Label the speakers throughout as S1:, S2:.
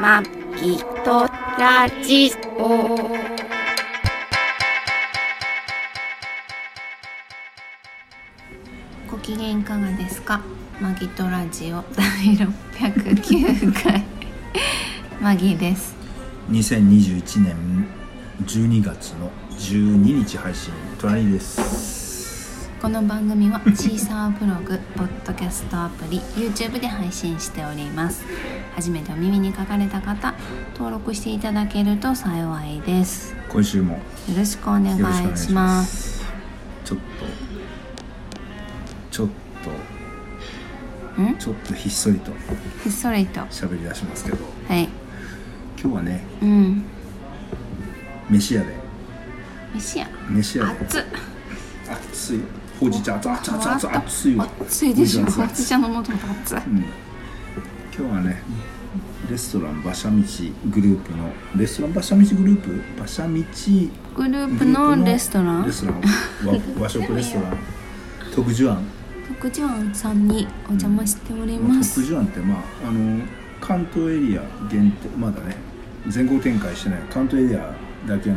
S1: まきとラジオ。ご機嫌いかがですか。マギとラジオ第六百九回。マギです。
S2: 2021年12月の12日配信隣です
S1: この番組はシーサーブログ、ポッドキャストアプリ、YouTube で配信しております。初めてお耳に書かかれた方、登録していただけると幸いです。
S2: 今週もよ
S1: よろしくお願
S2: ろしくお願
S1: い
S2: い
S1: し
S2: し
S1: ま。
S2: ますすちょっとちょっ
S1: ん
S2: とちょっとひっそりと
S1: ひっそりと。は
S2: 喋り出しますけど
S1: い。
S2: 今日はね
S1: うん。
S2: 飯屋で
S1: 飯や。
S2: 飯屋で
S1: 熱っ。
S2: 熱いほうじ茶熱い熱い熱い熱い熱い
S1: 熱いでしょ。
S2: ほうじ茶熱い
S1: 熱茶の元が熱い。
S2: うん、今日はねレストラン馬車道グループのレストラン馬車道グループ馬車道
S1: グループのレストラン
S2: レ。ストラン和和食レストラン特樹庵
S1: 特上庵さんにお邪魔しております。
S2: 特樹庵ってまああの関東エリア限定まだね全国展開してない関東エリアだけの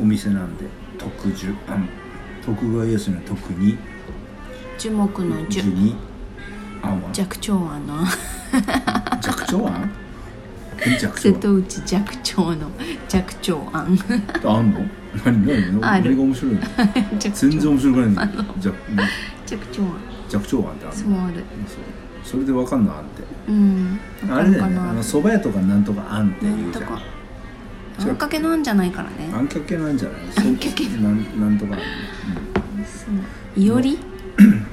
S2: お店なんで特樹庵徳川家康の特に
S1: 樹木の樹
S2: 樹。に庵は
S1: 寂聴庵の。
S2: 寂聴庵え寂
S1: 瀬
S2: 聴
S1: 戸内寂聴の寂聴庵。
S2: 庵あんの何何何
S1: ある
S2: 何が面白いの
S1: 寂
S2: 全
S1: 聴
S2: 然面白くないんだけど
S1: 寂聴庵。
S2: 寂聴庵ってあんの
S1: そうある。
S2: そうそれでわかんのあんって
S1: うん。
S2: あ
S1: わ
S2: れだよ
S1: かん
S2: ね
S1: のか
S2: あ
S1: な
S2: の蕎麦屋とかなんとかあんって
S1: ないん
S2: うじ
S1: と
S2: ゃ
S1: か
S2: ん。
S1: あんかけなんじゃないからね
S2: あ。んかけなんじゃない
S1: あんかけ
S2: そうなんなんとかあんね
S1: いおり。
S2: うん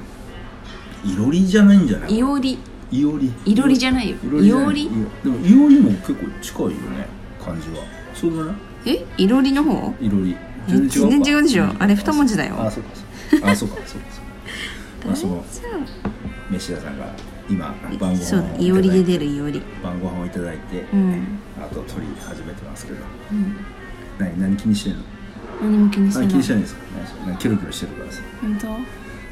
S2: いろりじゃないんじゃない
S1: いおり。
S2: いおり
S1: いろりじゃないよ
S2: いろりじゃ
S1: いお
S2: ない
S1: り
S2: でもいおりも結構近いよね感じはそうだな
S1: え、いろりの方。
S2: いろり
S1: え全然違うでしょあれ二文字だよ
S2: あそうかそうかあそうかそうかそうかまあそ
S1: 大
S2: の
S1: 丈夫
S2: 飯屋さんが今晩ご
S1: そう
S2: 飯
S1: だ
S2: を
S1: いおりで
S2: いただい
S1: 出るいおり
S2: 晩ご飯をいただいて
S1: うん、
S2: あと取り始めてますけど
S1: うん、
S2: 何何気にしてんの
S1: 何も気にしてな
S2: 何
S1: い
S2: 気にしてないですか何キョロキョロしてるからさ
S1: 本当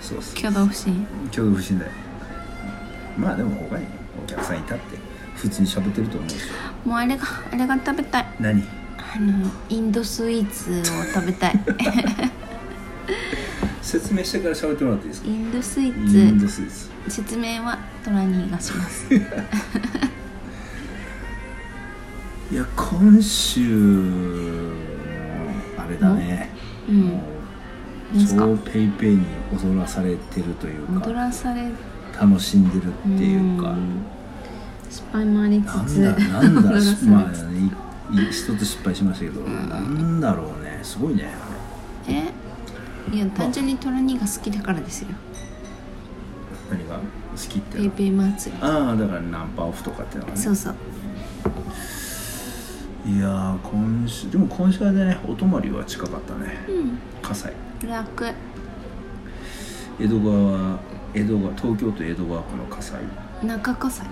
S2: そうそう
S1: 挙動不審
S2: 挙動不審だよまあでも他にお客さんいたって普通に喋ってると思うし
S1: もうあれがあれが食べたい
S2: 何
S1: あのインドスイーツを食べ たい
S2: 説明してから喋ってもらっていいですか
S1: インドスイ
S2: イン
S1: ー
S2: ドスイーツ
S1: ツ説明はトラニーがします
S2: いや今週あれだね
S1: うん
S2: もう
S1: ですか
S2: 超ペイペイに踊らされてるという
S1: 踊
S2: から
S1: され
S2: 楽しんでるっていうか
S1: ん失敗もあり
S2: な
S1: つつ
S2: んだなんだ
S1: 踊らされつつ
S2: まあねいい一つ失敗しましたけどなんだろうねすごいねあれ
S1: えいや単純にトラニーが好きだからですよ
S2: 何が好きっ
S1: ペ
S2: ての
S1: イ
S2: は
S1: ペイ祭り
S2: ああだからナンパオフとかってのがね
S1: そうそう
S2: いやー今週でも今週はねお泊まりは近かったね
S1: うん
S2: 葛西
S1: 楽
S2: 江戸川江戸川東京都江戸川区の葛
S1: 中火災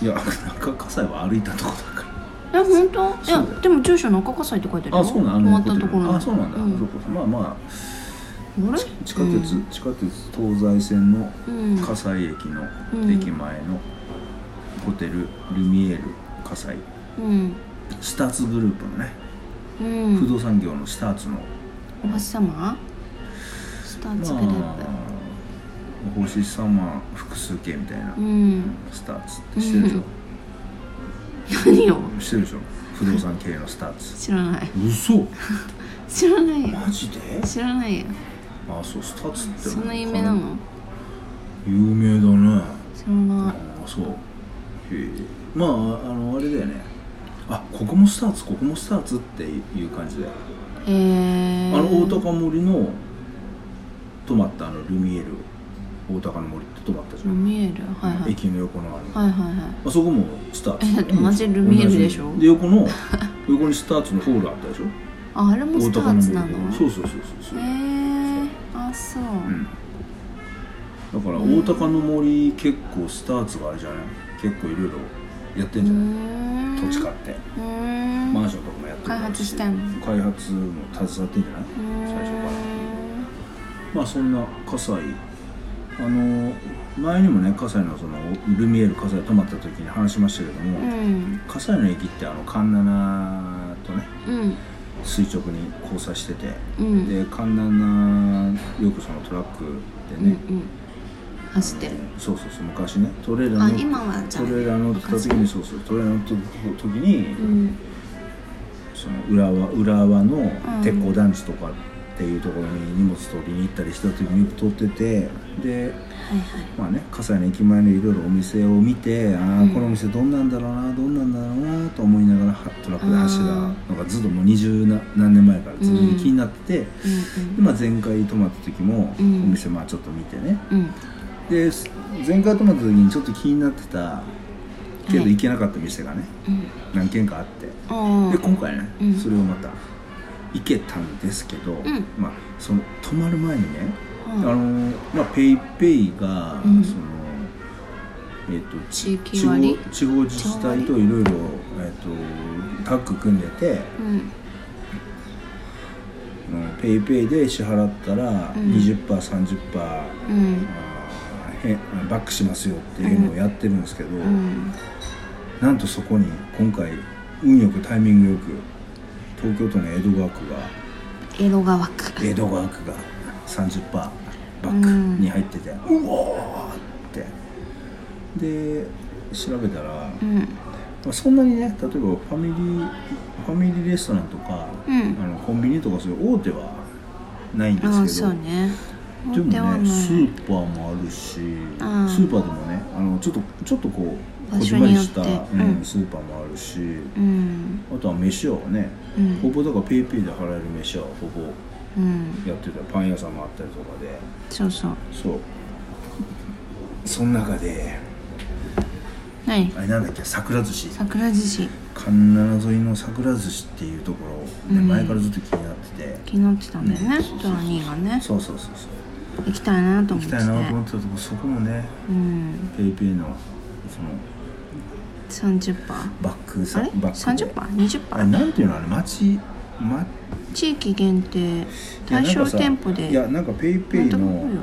S2: 西いや中葛西は歩いたとこだか
S1: え本当い
S2: そうだ
S1: や
S2: よ
S1: でも住所中火災って書いてある
S2: ら
S1: よ
S2: あそうなんあ
S1: 止ま
S2: の
S1: ったところ
S2: あそうなんだ、そうかまあま
S1: あれ
S2: あ地下鉄、
S1: うん
S2: 地下鉄東西線の
S1: うん
S2: 葛西駅の
S1: うん
S2: 駅前のホテルルミエール葛西
S1: うん
S2: スターツグループのね、
S1: う
S2: 不
S1: ん
S2: 動産業のスターツの
S1: お星様スターツグループ
S2: まあお星様複数形みたいな、
S1: うん
S2: スターツってしてるでしょ、
S1: 何を
S2: してるでしょ不動産系のスターツ
S1: 知らない
S2: 嘘
S1: 知らないよ
S2: マジで
S1: 知らないよ
S2: あそうスターツって
S1: そんな有名なの
S2: 有名だね
S1: 知らな
S2: あそうへえまああのあれだよねあここもスターツここもスターツっていう感じで、
S1: いへえ
S2: あの大高森の泊まったあのルミエール大高の森って泊まったじゃん、
S1: 見えるはいはい
S2: 駅の横のあ
S1: は
S2: る
S1: いはいはい
S2: あそこもスターツ
S1: えだって同じルミエールでしょ
S2: 同じで横の横にスターツのホールあったでしょ
S1: ああれもスターツなの
S2: そううそうそうそうそう、
S1: へえあそう
S2: うんだから大高の森結構スターツがあれじゃない結構いろいろやってんじゃない、
S1: ん
S2: 土地買って
S1: うーん
S2: マンションとかもやってるだろう
S1: 開発してん
S2: 開発も携わってんじゃない
S1: ー
S2: う
S1: ん
S2: 最初からまあそんな葛西あの前にもね葛西のそのルミエール葛西泊まった時に話しましたけども、
S1: うん
S2: 葛西の駅ってあの環七とね
S1: うん
S2: 垂直に交差してて、
S1: うん
S2: で環七よくそのトラックで
S1: うんう
S2: ね、
S1: ん走ってる
S2: そうそうそう昔ねトレーラ
S1: あ
S2: ーの
S1: 今はじゃ
S2: ト
S1: あ
S2: レーラー乗った時にそうそうトレーラー乗った時に、
S1: うん
S2: その浦和浦和の鉄鋼団地とかっていうところに荷物取りに行ったりした時によく通ってて
S1: は
S2: で
S1: いはい
S2: まあね葛西の駅前のいろいろお店を見てああ、
S1: うん
S2: このお店どんなんだろうなどんなんだろうなと思いながらはトラックで走ったのがずっともう二十な何年前からずっと気になってて、で
S1: う
S2: まあ、前回泊まった時も
S1: う
S2: お
S1: ん
S2: 店まあちょっと見てね、
S1: んうんうん
S2: で前回泊まった時にちょっと気になってたけど
S1: はい
S2: 行けなかった店がね、何軒かあって。
S1: うん
S2: で今回ね、
S1: うん
S2: それをまた行けたんですけど、
S1: ん
S2: まあ、その泊まる前にね、
S1: あ
S2: あのまあ、ペイペイが、
S1: うん
S2: そのえっと
S1: 地域割
S2: 地方地方自治体といろいろ、えっとタッグ組んでて、
S1: うん
S2: うん、ペイペイで支払ったら
S1: うん
S2: 20%30%、あ
S1: うん
S2: ーへバックしますよっていうのをやってるんですけど、
S1: うん
S2: なんとそこに今回運よくタイミングよく東京都の江戸川区が。
S1: 江戸川区
S2: 江戸川区が30%バ
S1: う
S2: ッ
S1: ん
S2: クに入ってて、うおーってで調べたら、ま
S1: うん
S2: あ、そんなにね例えばファミリーファミリーレストランとか、
S1: うん
S2: あのコンビニとかそういう大手はないんですけ
S1: あ
S2: ど
S1: あそうね
S2: で
S1: 持っては
S2: もねス
S1: ない
S2: ーパーもあるし、
S1: ん
S2: スーパーでもねあのちょっとちょっとこう
S1: 場
S2: こじ
S1: 所
S2: んま
S1: に
S2: り
S1: よっ
S2: してた、
S1: う
S2: うんん、スーパーもあるし、
S1: うん
S2: あとは飯屋はね、
S1: うん
S2: ほぼだからペイペイで払える飯屋はほぼ
S1: うん
S2: やってたパン屋さんもあったりとかで。
S1: そうそう
S2: そうその中で
S1: 何
S2: あれなんだっけ桜寿司
S1: 桜寿司
S2: 環七沿いの桜寿司っていうところ、ね
S1: うん
S2: 前からずっと気になってて、
S1: 気になってたんだよね
S2: うんそうそう
S1: トラ兄がね
S2: そうそうそうそう
S1: 行きたいなと
S2: 行
S1: 思っ
S2: き
S1: てて
S2: たいなと思ってたとこそこもね
S1: うん
S2: ペイペイのその
S1: 30%パー
S2: バック
S1: あ
S2: さ
S1: れ
S2: バック
S1: 30%
S2: で
S1: パー20%パ
S2: あれ
S1: ー
S2: なんていうのあれ町、ま、
S1: 地域限定
S2: いや
S1: 対
S2: なん
S1: 象
S2: かさ
S1: 店舗で
S2: いやなんかペイペイ
S1: なんと
S2: の
S1: もないよ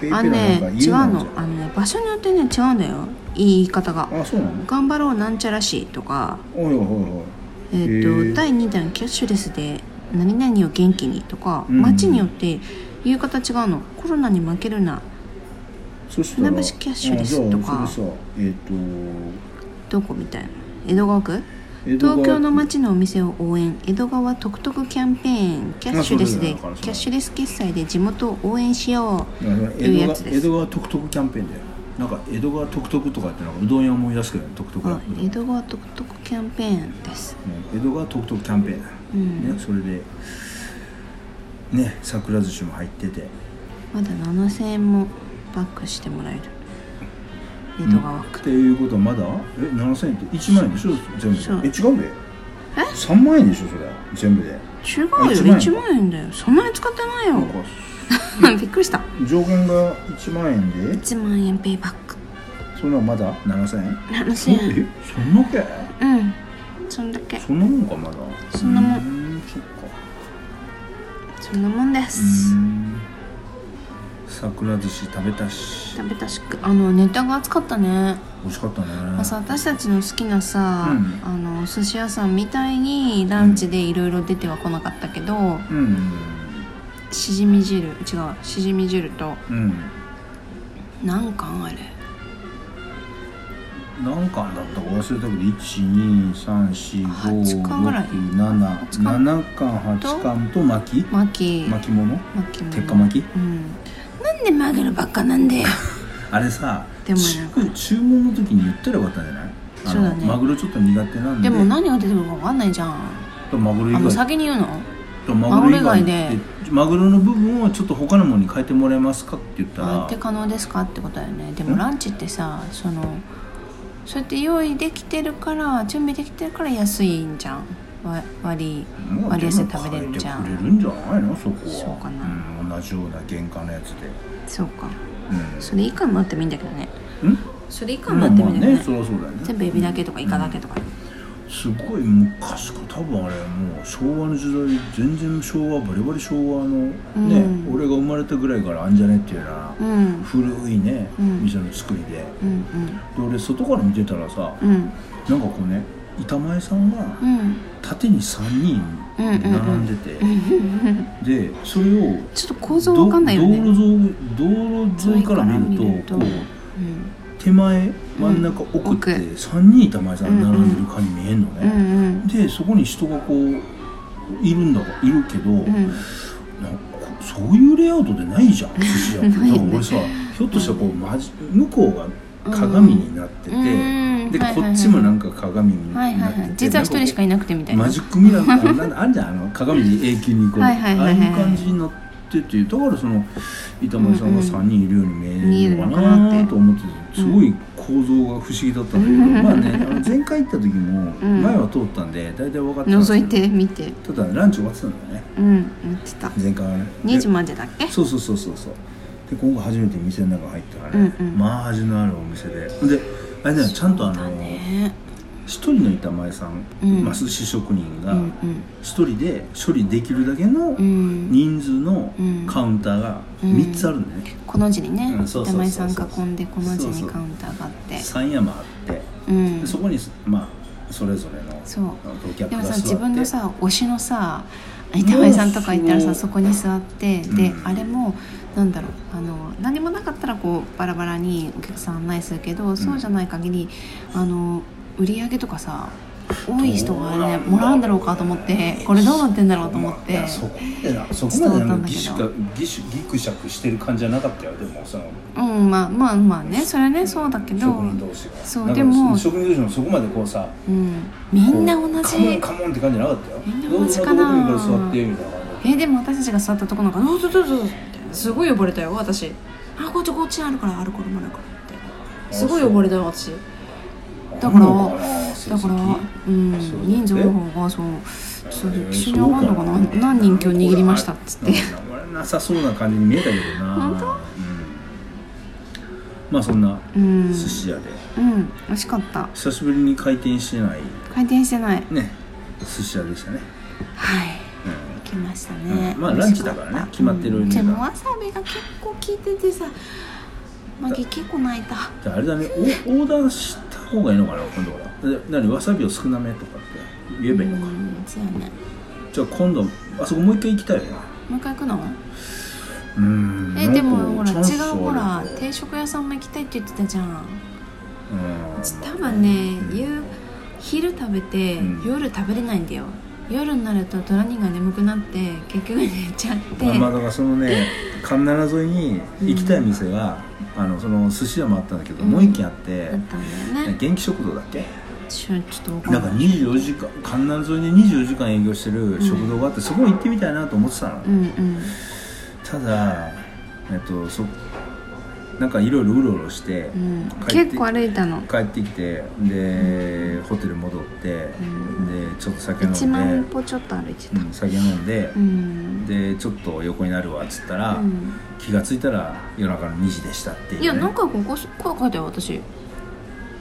S2: ペイペイ
S1: あ
S2: の
S1: の
S2: な
S1: ね
S2: んか
S1: 違う
S2: 有名な
S1: の
S2: じゃ
S1: あ
S2: ん
S1: のね場所によってね違うんだよいい言い方が
S2: あそうなの
S1: 「頑張ろうなんちゃらし」とか
S2: おいおいおいおい
S1: 「えー
S2: へ
S1: と
S2: ー
S1: 第2弾キャッシュレスで何々を元気に」とか
S2: うん
S1: 街によって言い方違うの「コロナに負けるな
S2: そしたら
S1: 船橋キャッシュレスとか
S2: あじゃあそれさえっ、と
S1: どこ?」みたいな江戸川区
S2: 江戸川
S1: 東京の街のお店を応援江戸川トクトクキャンペーンキャッシュレスで
S2: あそうだよねだからそうだよ
S1: キャッシュレス決済で地元を応援しよう
S2: 江
S1: いう
S2: 戸
S1: や
S2: 川
S1: つです
S2: 江戸川トクトクキャンペーンだよなんか江戸川トクトクとかってなんかうどん屋思い出すけどねトクトク
S1: あ
S2: うどん
S1: 江戸川トクトクキャンペーンです
S2: うん江戸川トクトクキャンペーンだ、
S1: うん
S2: ね、それでね桜寿司も入ってて
S1: まだ7000円もバックしてもらえる江戸川区、
S2: っていうことはまだえ7000円って1万円でしょ全
S1: そう
S2: 部でえ違うんだよ
S1: え
S2: 3万円でしょそれ全部でなん
S1: 違うよ
S2: 1万円
S1: 1万円だよそんなに使ってないよ
S2: か
S1: びっくりした
S2: 上限が1万円で
S1: 1万円ペイバック
S2: それはまだ7000円
S1: 7000円
S2: えそんなけ
S1: うんそんだけ
S2: そんなもんかまだ
S1: そんなもん
S2: うーそっか
S1: そんなもんで
S2: うー
S1: す
S2: ん桜寿司食べたし
S1: 食べたしくあのネタが熱かったね
S2: 美味しかったね
S1: まあさ私たちの好きなさ、
S2: うん
S1: あのお寿司屋さんみたいにランチでいろいろ出てはこなかったけど、
S2: うん
S1: しじみ汁違うしじみ汁と
S2: うん
S1: 何貫あれ
S2: 何巻だったか忘れたけど1234567
S1: 八巻ぐらい八巻
S2: 7巻8巻と巻き
S1: 巻き
S2: 巻き物
S1: 巻きも
S2: 鉄火巻き
S1: うんなんでマグロばっかなんで
S2: あれさ
S1: でも
S2: 注注文の時に言ったらよかったんじゃないあの
S1: そうだね
S2: マグロちょっと苦手なんで
S1: でも何が出てくるか分かんないじゃんあ
S2: とマグロ以
S1: の
S2: 外
S1: 先に言うの
S2: とマグロ以外
S1: マグロ以外で
S2: でマグロの部分をちょっと他のものに変えてもらえますかって言った
S1: あ
S2: ら
S1: って可能ですかってことだよねでも
S2: ん
S1: ランチってさそのそうやって用意できてるから準備できてるから安いんじゃんわ割り割り安で食べれるじゃ
S2: 変えて
S1: ん
S2: くれるんじゃないのそこは
S1: そうかな
S2: うん、同じような原価のやつで
S1: そうか
S2: う
S1: それ以下になってもいいんだけどね
S2: んん
S1: それ以下にな
S2: まあ
S1: って
S2: ま
S1: も
S2: あ
S1: いいんだけど
S2: ね
S1: ね
S2: そりゃそうだよね
S1: 全部エビだけとかイカだけとか、
S2: すごい昔か多分あれもう昭和の時代全然昭和バリバリ昭和のね、
S1: うん
S2: 俺が生まれたぐらいからあんじゃねっていうような
S1: うん
S2: 古いね、
S1: うん
S2: 店の作りでで
S1: うん
S2: 俺外から見てたらさ、
S1: うんうん
S2: なんかこうね板前さんが
S1: うん
S2: 縦に3人
S1: うんうん
S2: 並んでて、でそれを
S1: ちょっと構造わかんないよね
S2: ど道路沿い道路沿いから見
S1: 沿
S2: る
S1: い
S2: と
S1: から見るう
S2: こう
S1: ん
S2: 手前真ん中奥って
S1: 奥
S2: 3人板前さん並んでる感じ見えんの
S1: う
S2: ね、
S1: ん
S2: でそこに人がこういるんだいるけど、
S1: うんうん
S2: なんかそういうレイアウトでない じゃん寿司屋って
S1: ないね
S2: だから俺さひょっとしたらこう、まじ向こうが鏡になってて、
S1: うん
S2: で、
S1: はいはいはい
S2: こっちもなんか鏡にな
S1: は
S2: っ
S1: い
S2: てて、
S1: はいはい実は一人しか
S2: い
S1: いなくてみたいな
S2: マジックミラーこんなのあんじゃんあの鏡に永久にこう、
S1: はいはいはいはい
S2: ああいう感じになっててだからその板前さんが3人いるように見えるのか
S1: 見えるのかなっ
S2: な
S1: て
S2: と思っててすごい構造が不思議だった
S1: う
S2: んだけど、
S1: ん
S2: まあねあの前回行った時も
S1: うん
S2: 前は通ったんで大体分かってたんです
S1: 覗
S2: け
S1: い
S2: ど
S1: てみて
S2: ただランチ終わってたんだよね
S1: うん言ってた
S2: 前回はね
S1: 2時までだっけ
S2: そうそうそうそうそうで今回初めて店の中入ったらね、
S1: うんうん
S2: まあ味のあるお店でであれだよちゃんとあの
S1: ね
S2: 一人の板前さん、
S1: うん
S2: まあ寿司職人
S1: う
S2: が
S1: ん
S2: 一人で処理できるだけの
S1: うんうん
S2: 人数の
S1: うん
S2: カウンターが3つあるんだね、
S1: この字にね
S2: うんそうそ
S1: 板
S2: うそうそう
S1: 前さん囲んでこの字
S2: そう
S1: に
S2: そう
S1: カウンターがあって
S2: 三山あって
S1: うん
S2: でそこにまあそれぞれの
S1: そう
S2: お客
S1: で
S2: が
S1: も
S2: 座っ
S1: さ
S2: て
S1: 自分のさ推しのさ板前さんとか行ったら
S2: う
S1: さ
S2: ん
S1: そこに座ってで
S2: うん
S1: あれもなんだろうあの何もなかったらこうバラバラにお客さん案内するけどそうじゃない限りあの売り上げとかさ多い人が
S2: どうな
S1: ね
S2: んだろう
S1: もらうんだろうかと思ってこれどうなってんだろうと思っ
S2: い
S1: て
S2: やそこまでなそこまでなんかギシ
S1: 伝わ
S2: ュギシュギクシャクしてる感じじゃなかったよでもその
S1: うんまあまあまあねそれはねそうだけど
S2: 職人同士が
S1: そう
S2: なんか
S1: でも
S2: 職人同士もそこまでこうさ
S1: うんみんな同
S2: カモン
S1: じ
S2: カモンって感じじゃなかったよ
S1: みんな同じかな
S2: どうぞどうぞどうぞ座ってみたいな感
S1: えでも私たちが座ったとこなんか「どうぞどうぞ」ってすごい呼ばれたよ私「あこっちこっちあるからあるこれもあるから」ってすごい呼ばれたよ私だからだからうん
S2: じあんのな成績そうだって
S1: 人数の方がそうそう
S2: えー
S1: 一緒に上がるのかな
S2: そうか
S1: 何人今日握りましたっつって
S2: なんか俺なさそうな感じに見えたけどな
S1: 本当
S2: うんまあそんな
S1: うん
S2: 寿司屋で
S1: うん美味しかった
S2: 久しぶりに開店してない
S1: 回転してない
S2: ね寿司屋でしたね、
S1: はい
S2: うん
S1: 来ましたね、
S2: うんまあランチだからね
S1: 美味し
S2: 決まってる
S1: うんで
S2: 値段
S1: もわさびが結構効いててさマギ結構泣いた
S2: じゃああれだねオーオーダーした方がいいのかな今度からで何わさびを少なめとかって言えばいいのか、
S1: うんそうやね
S2: じゃあ今度あそこもう一回行きたいよな
S1: もう一回行くの
S2: うーん
S1: えでもほら違うほ
S2: な
S1: ら
S2: んかチャン
S1: 定
S2: ス
S1: 食屋さんも行きたいって言ってたじゃん
S2: ある
S1: ち
S2: よ
S1: 多分ね
S2: うん
S1: 夕昼食べて、
S2: うん
S1: 夜食べれないんだよ夜になるとトラニーが眠くなって結局寝ちゃって、
S2: うんまあだからそのね神奈川沿いに行きたい店が、あのその寿司屋もあったんだけど、
S1: うん
S2: もう一軒あって
S1: だったんだよね
S2: 元気食堂だっけ
S1: ちょちょっとわかん
S2: な
S1: なんい
S2: か24時間神奈川沿いで24時間営業してる食堂があって、そこ行ってみたいなと思ってたの、
S1: うんうん
S2: ただえっとそなんかいろいろうろうろして、
S1: うん
S2: 帰って
S1: 結構歩いたの
S2: 帰ってきてでホテル戻って、
S1: うん
S2: でちょっと酒飲んで
S1: 1万歩ちょっと歩いてた
S2: うん、酒飲んで
S1: う、ん、
S2: でちょっと横になるわっつったら、
S1: うん
S2: 気がついたら夜中の2時でしたっていう、ね、
S1: いや何回かここ声かけたよ私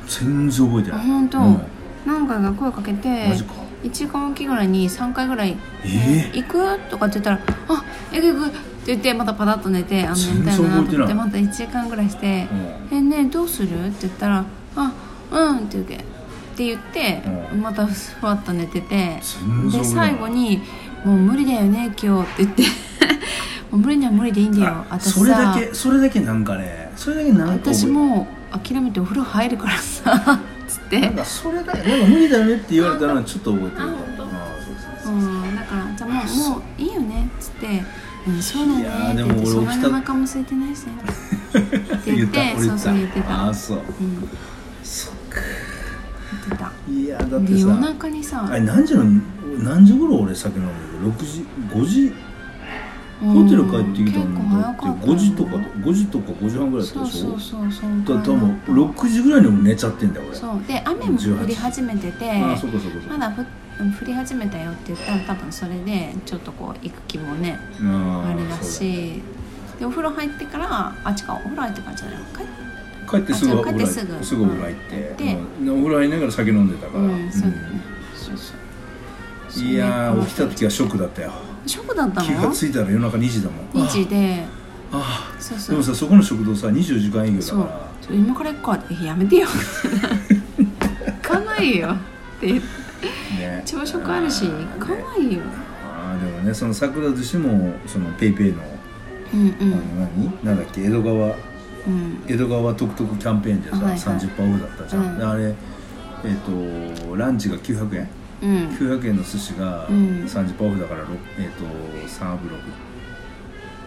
S2: 全然覚えて
S1: あ
S2: ない
S1: 本当、
S2: うん
S1: 何回か声かけて
S2: マジか
S1: 1時間おきぐらいに3回ぐらい
S2: え
S1: 行く?」とかって言ったら「あ行く行く」って言ってまたパタッと寝て「あの
S2: 全
S1: みた
S2: 然
S1: いな」と
S2: 覚えて
S1: 思
S2: ない
S1: ってまた1時間ぐらいして「
S2: うん
S1: えねえどうする?」って言ったら「あうん」って言うけって言って
S2: うん
S1: またふわっと寝てて
S2: 全然覚えてな
S1: で
S2: い
S1: 最後に「もう無理だよね今日」って言って 「もう無理には無理でいいんだよ
S2: あ
S1: 私
S2: それだ
S1: さ
S2: けそれだけなんかねそれだけなんか覚えて
S1: 私
S2: る
S1: もう諦めてお風呂入るからさ」 つって
S2: なんかそれだけなんか無理だねって言われたのはちょっと覚えてる
S1: あ本当
S2: あそうそうそう
S1: うんだからじゃあもうもういいよねっつって「うんそう
S2: いや
S1: だ
S2: ー
S1: ね」
S2: で
S1: って
S2: も
S1: 言って「そんな
S2: 俺起き
S1: に
S2: た
S1: お腹も空いてないしね」って言
S2: 言
S1: っ
S2: った
S1: て
S2: 俺言った
S1: そうそう言ってた
S2: あそう
S1: うん言っ
S2: そっか
S1: てた
S2: いやだって
S1: で
S2: さ
S1: 夜中にさ
S2: あれ何時の何時頃俺酒飲んでる6時5時
S1: うん
S2: ホテル帰ってきたの
S1: 結構
S2: だ
S1: 早
S2: って
S1: かった
S2: 5時とか5時とか5時半ぐらいだった
S1: そ
S2: で
S1: う
S2: し
S1: そ
S2: ょ
S1: うそうそう
S2: だからもう6時ぐらいにも寝ちゃってんだよ俺
S1: そうで雨も降り始めてて
S2: ああそうかそうかそう
S1: ま
S2: か
S1: だふ降り始めたよって言ったら多分それでちょっとこう行く気もね
S2: あ
S1: あれ
S2: ー
S1: だ
S2: そうだ
S1: しでお風呂入ってからあ違うお風呂入ってからじゃない帰っ
S2: 帰ってすぐ
S1: あ
S2: お
S1: じゃあ
S2: 風
S1: 帰ってすぐ
S2: 呂入すぐお風呂入って
S1: うん
S2: うんお風呂入りながら酒飲んでたから
S1: うんそうだね
S2: うんそうそう
S1: そう
S2: いや
S1: ね
S2: ー起きた時はショックだったよ
S1: ショックだった
S2: 気が
S1: の
S2: ついたら夜中2時だもん
S1: 2時で
S2: ああ
S1: そう
S2: で
S1: そ
S2: も
S1: う
S2: さそこの食堂さ24時間営業だ
S1: そう
S2: か
S1: ちょ今から行くかってやめ てよ行かないよって言って
S2: らね
S1: 朝食あるし行か
S2: ね
S1: ないよ
S2: ああでもねその桜寿司もそのペイペイの
S1: うん
S2: あの何なんだっけ江戸川
S1: うんうん
S2: 江戸川トクトクキャンペーンでさ、
S1: はいはい
S2: 30%オフだったじゃ
S1: う
S2: ん、
S1: ん
S2: であれえっ、とランチが900円
S1: うん
S2: 900円の寿司が
S1: うん
S2: 30%オフだから、ろえっ、と3ブロック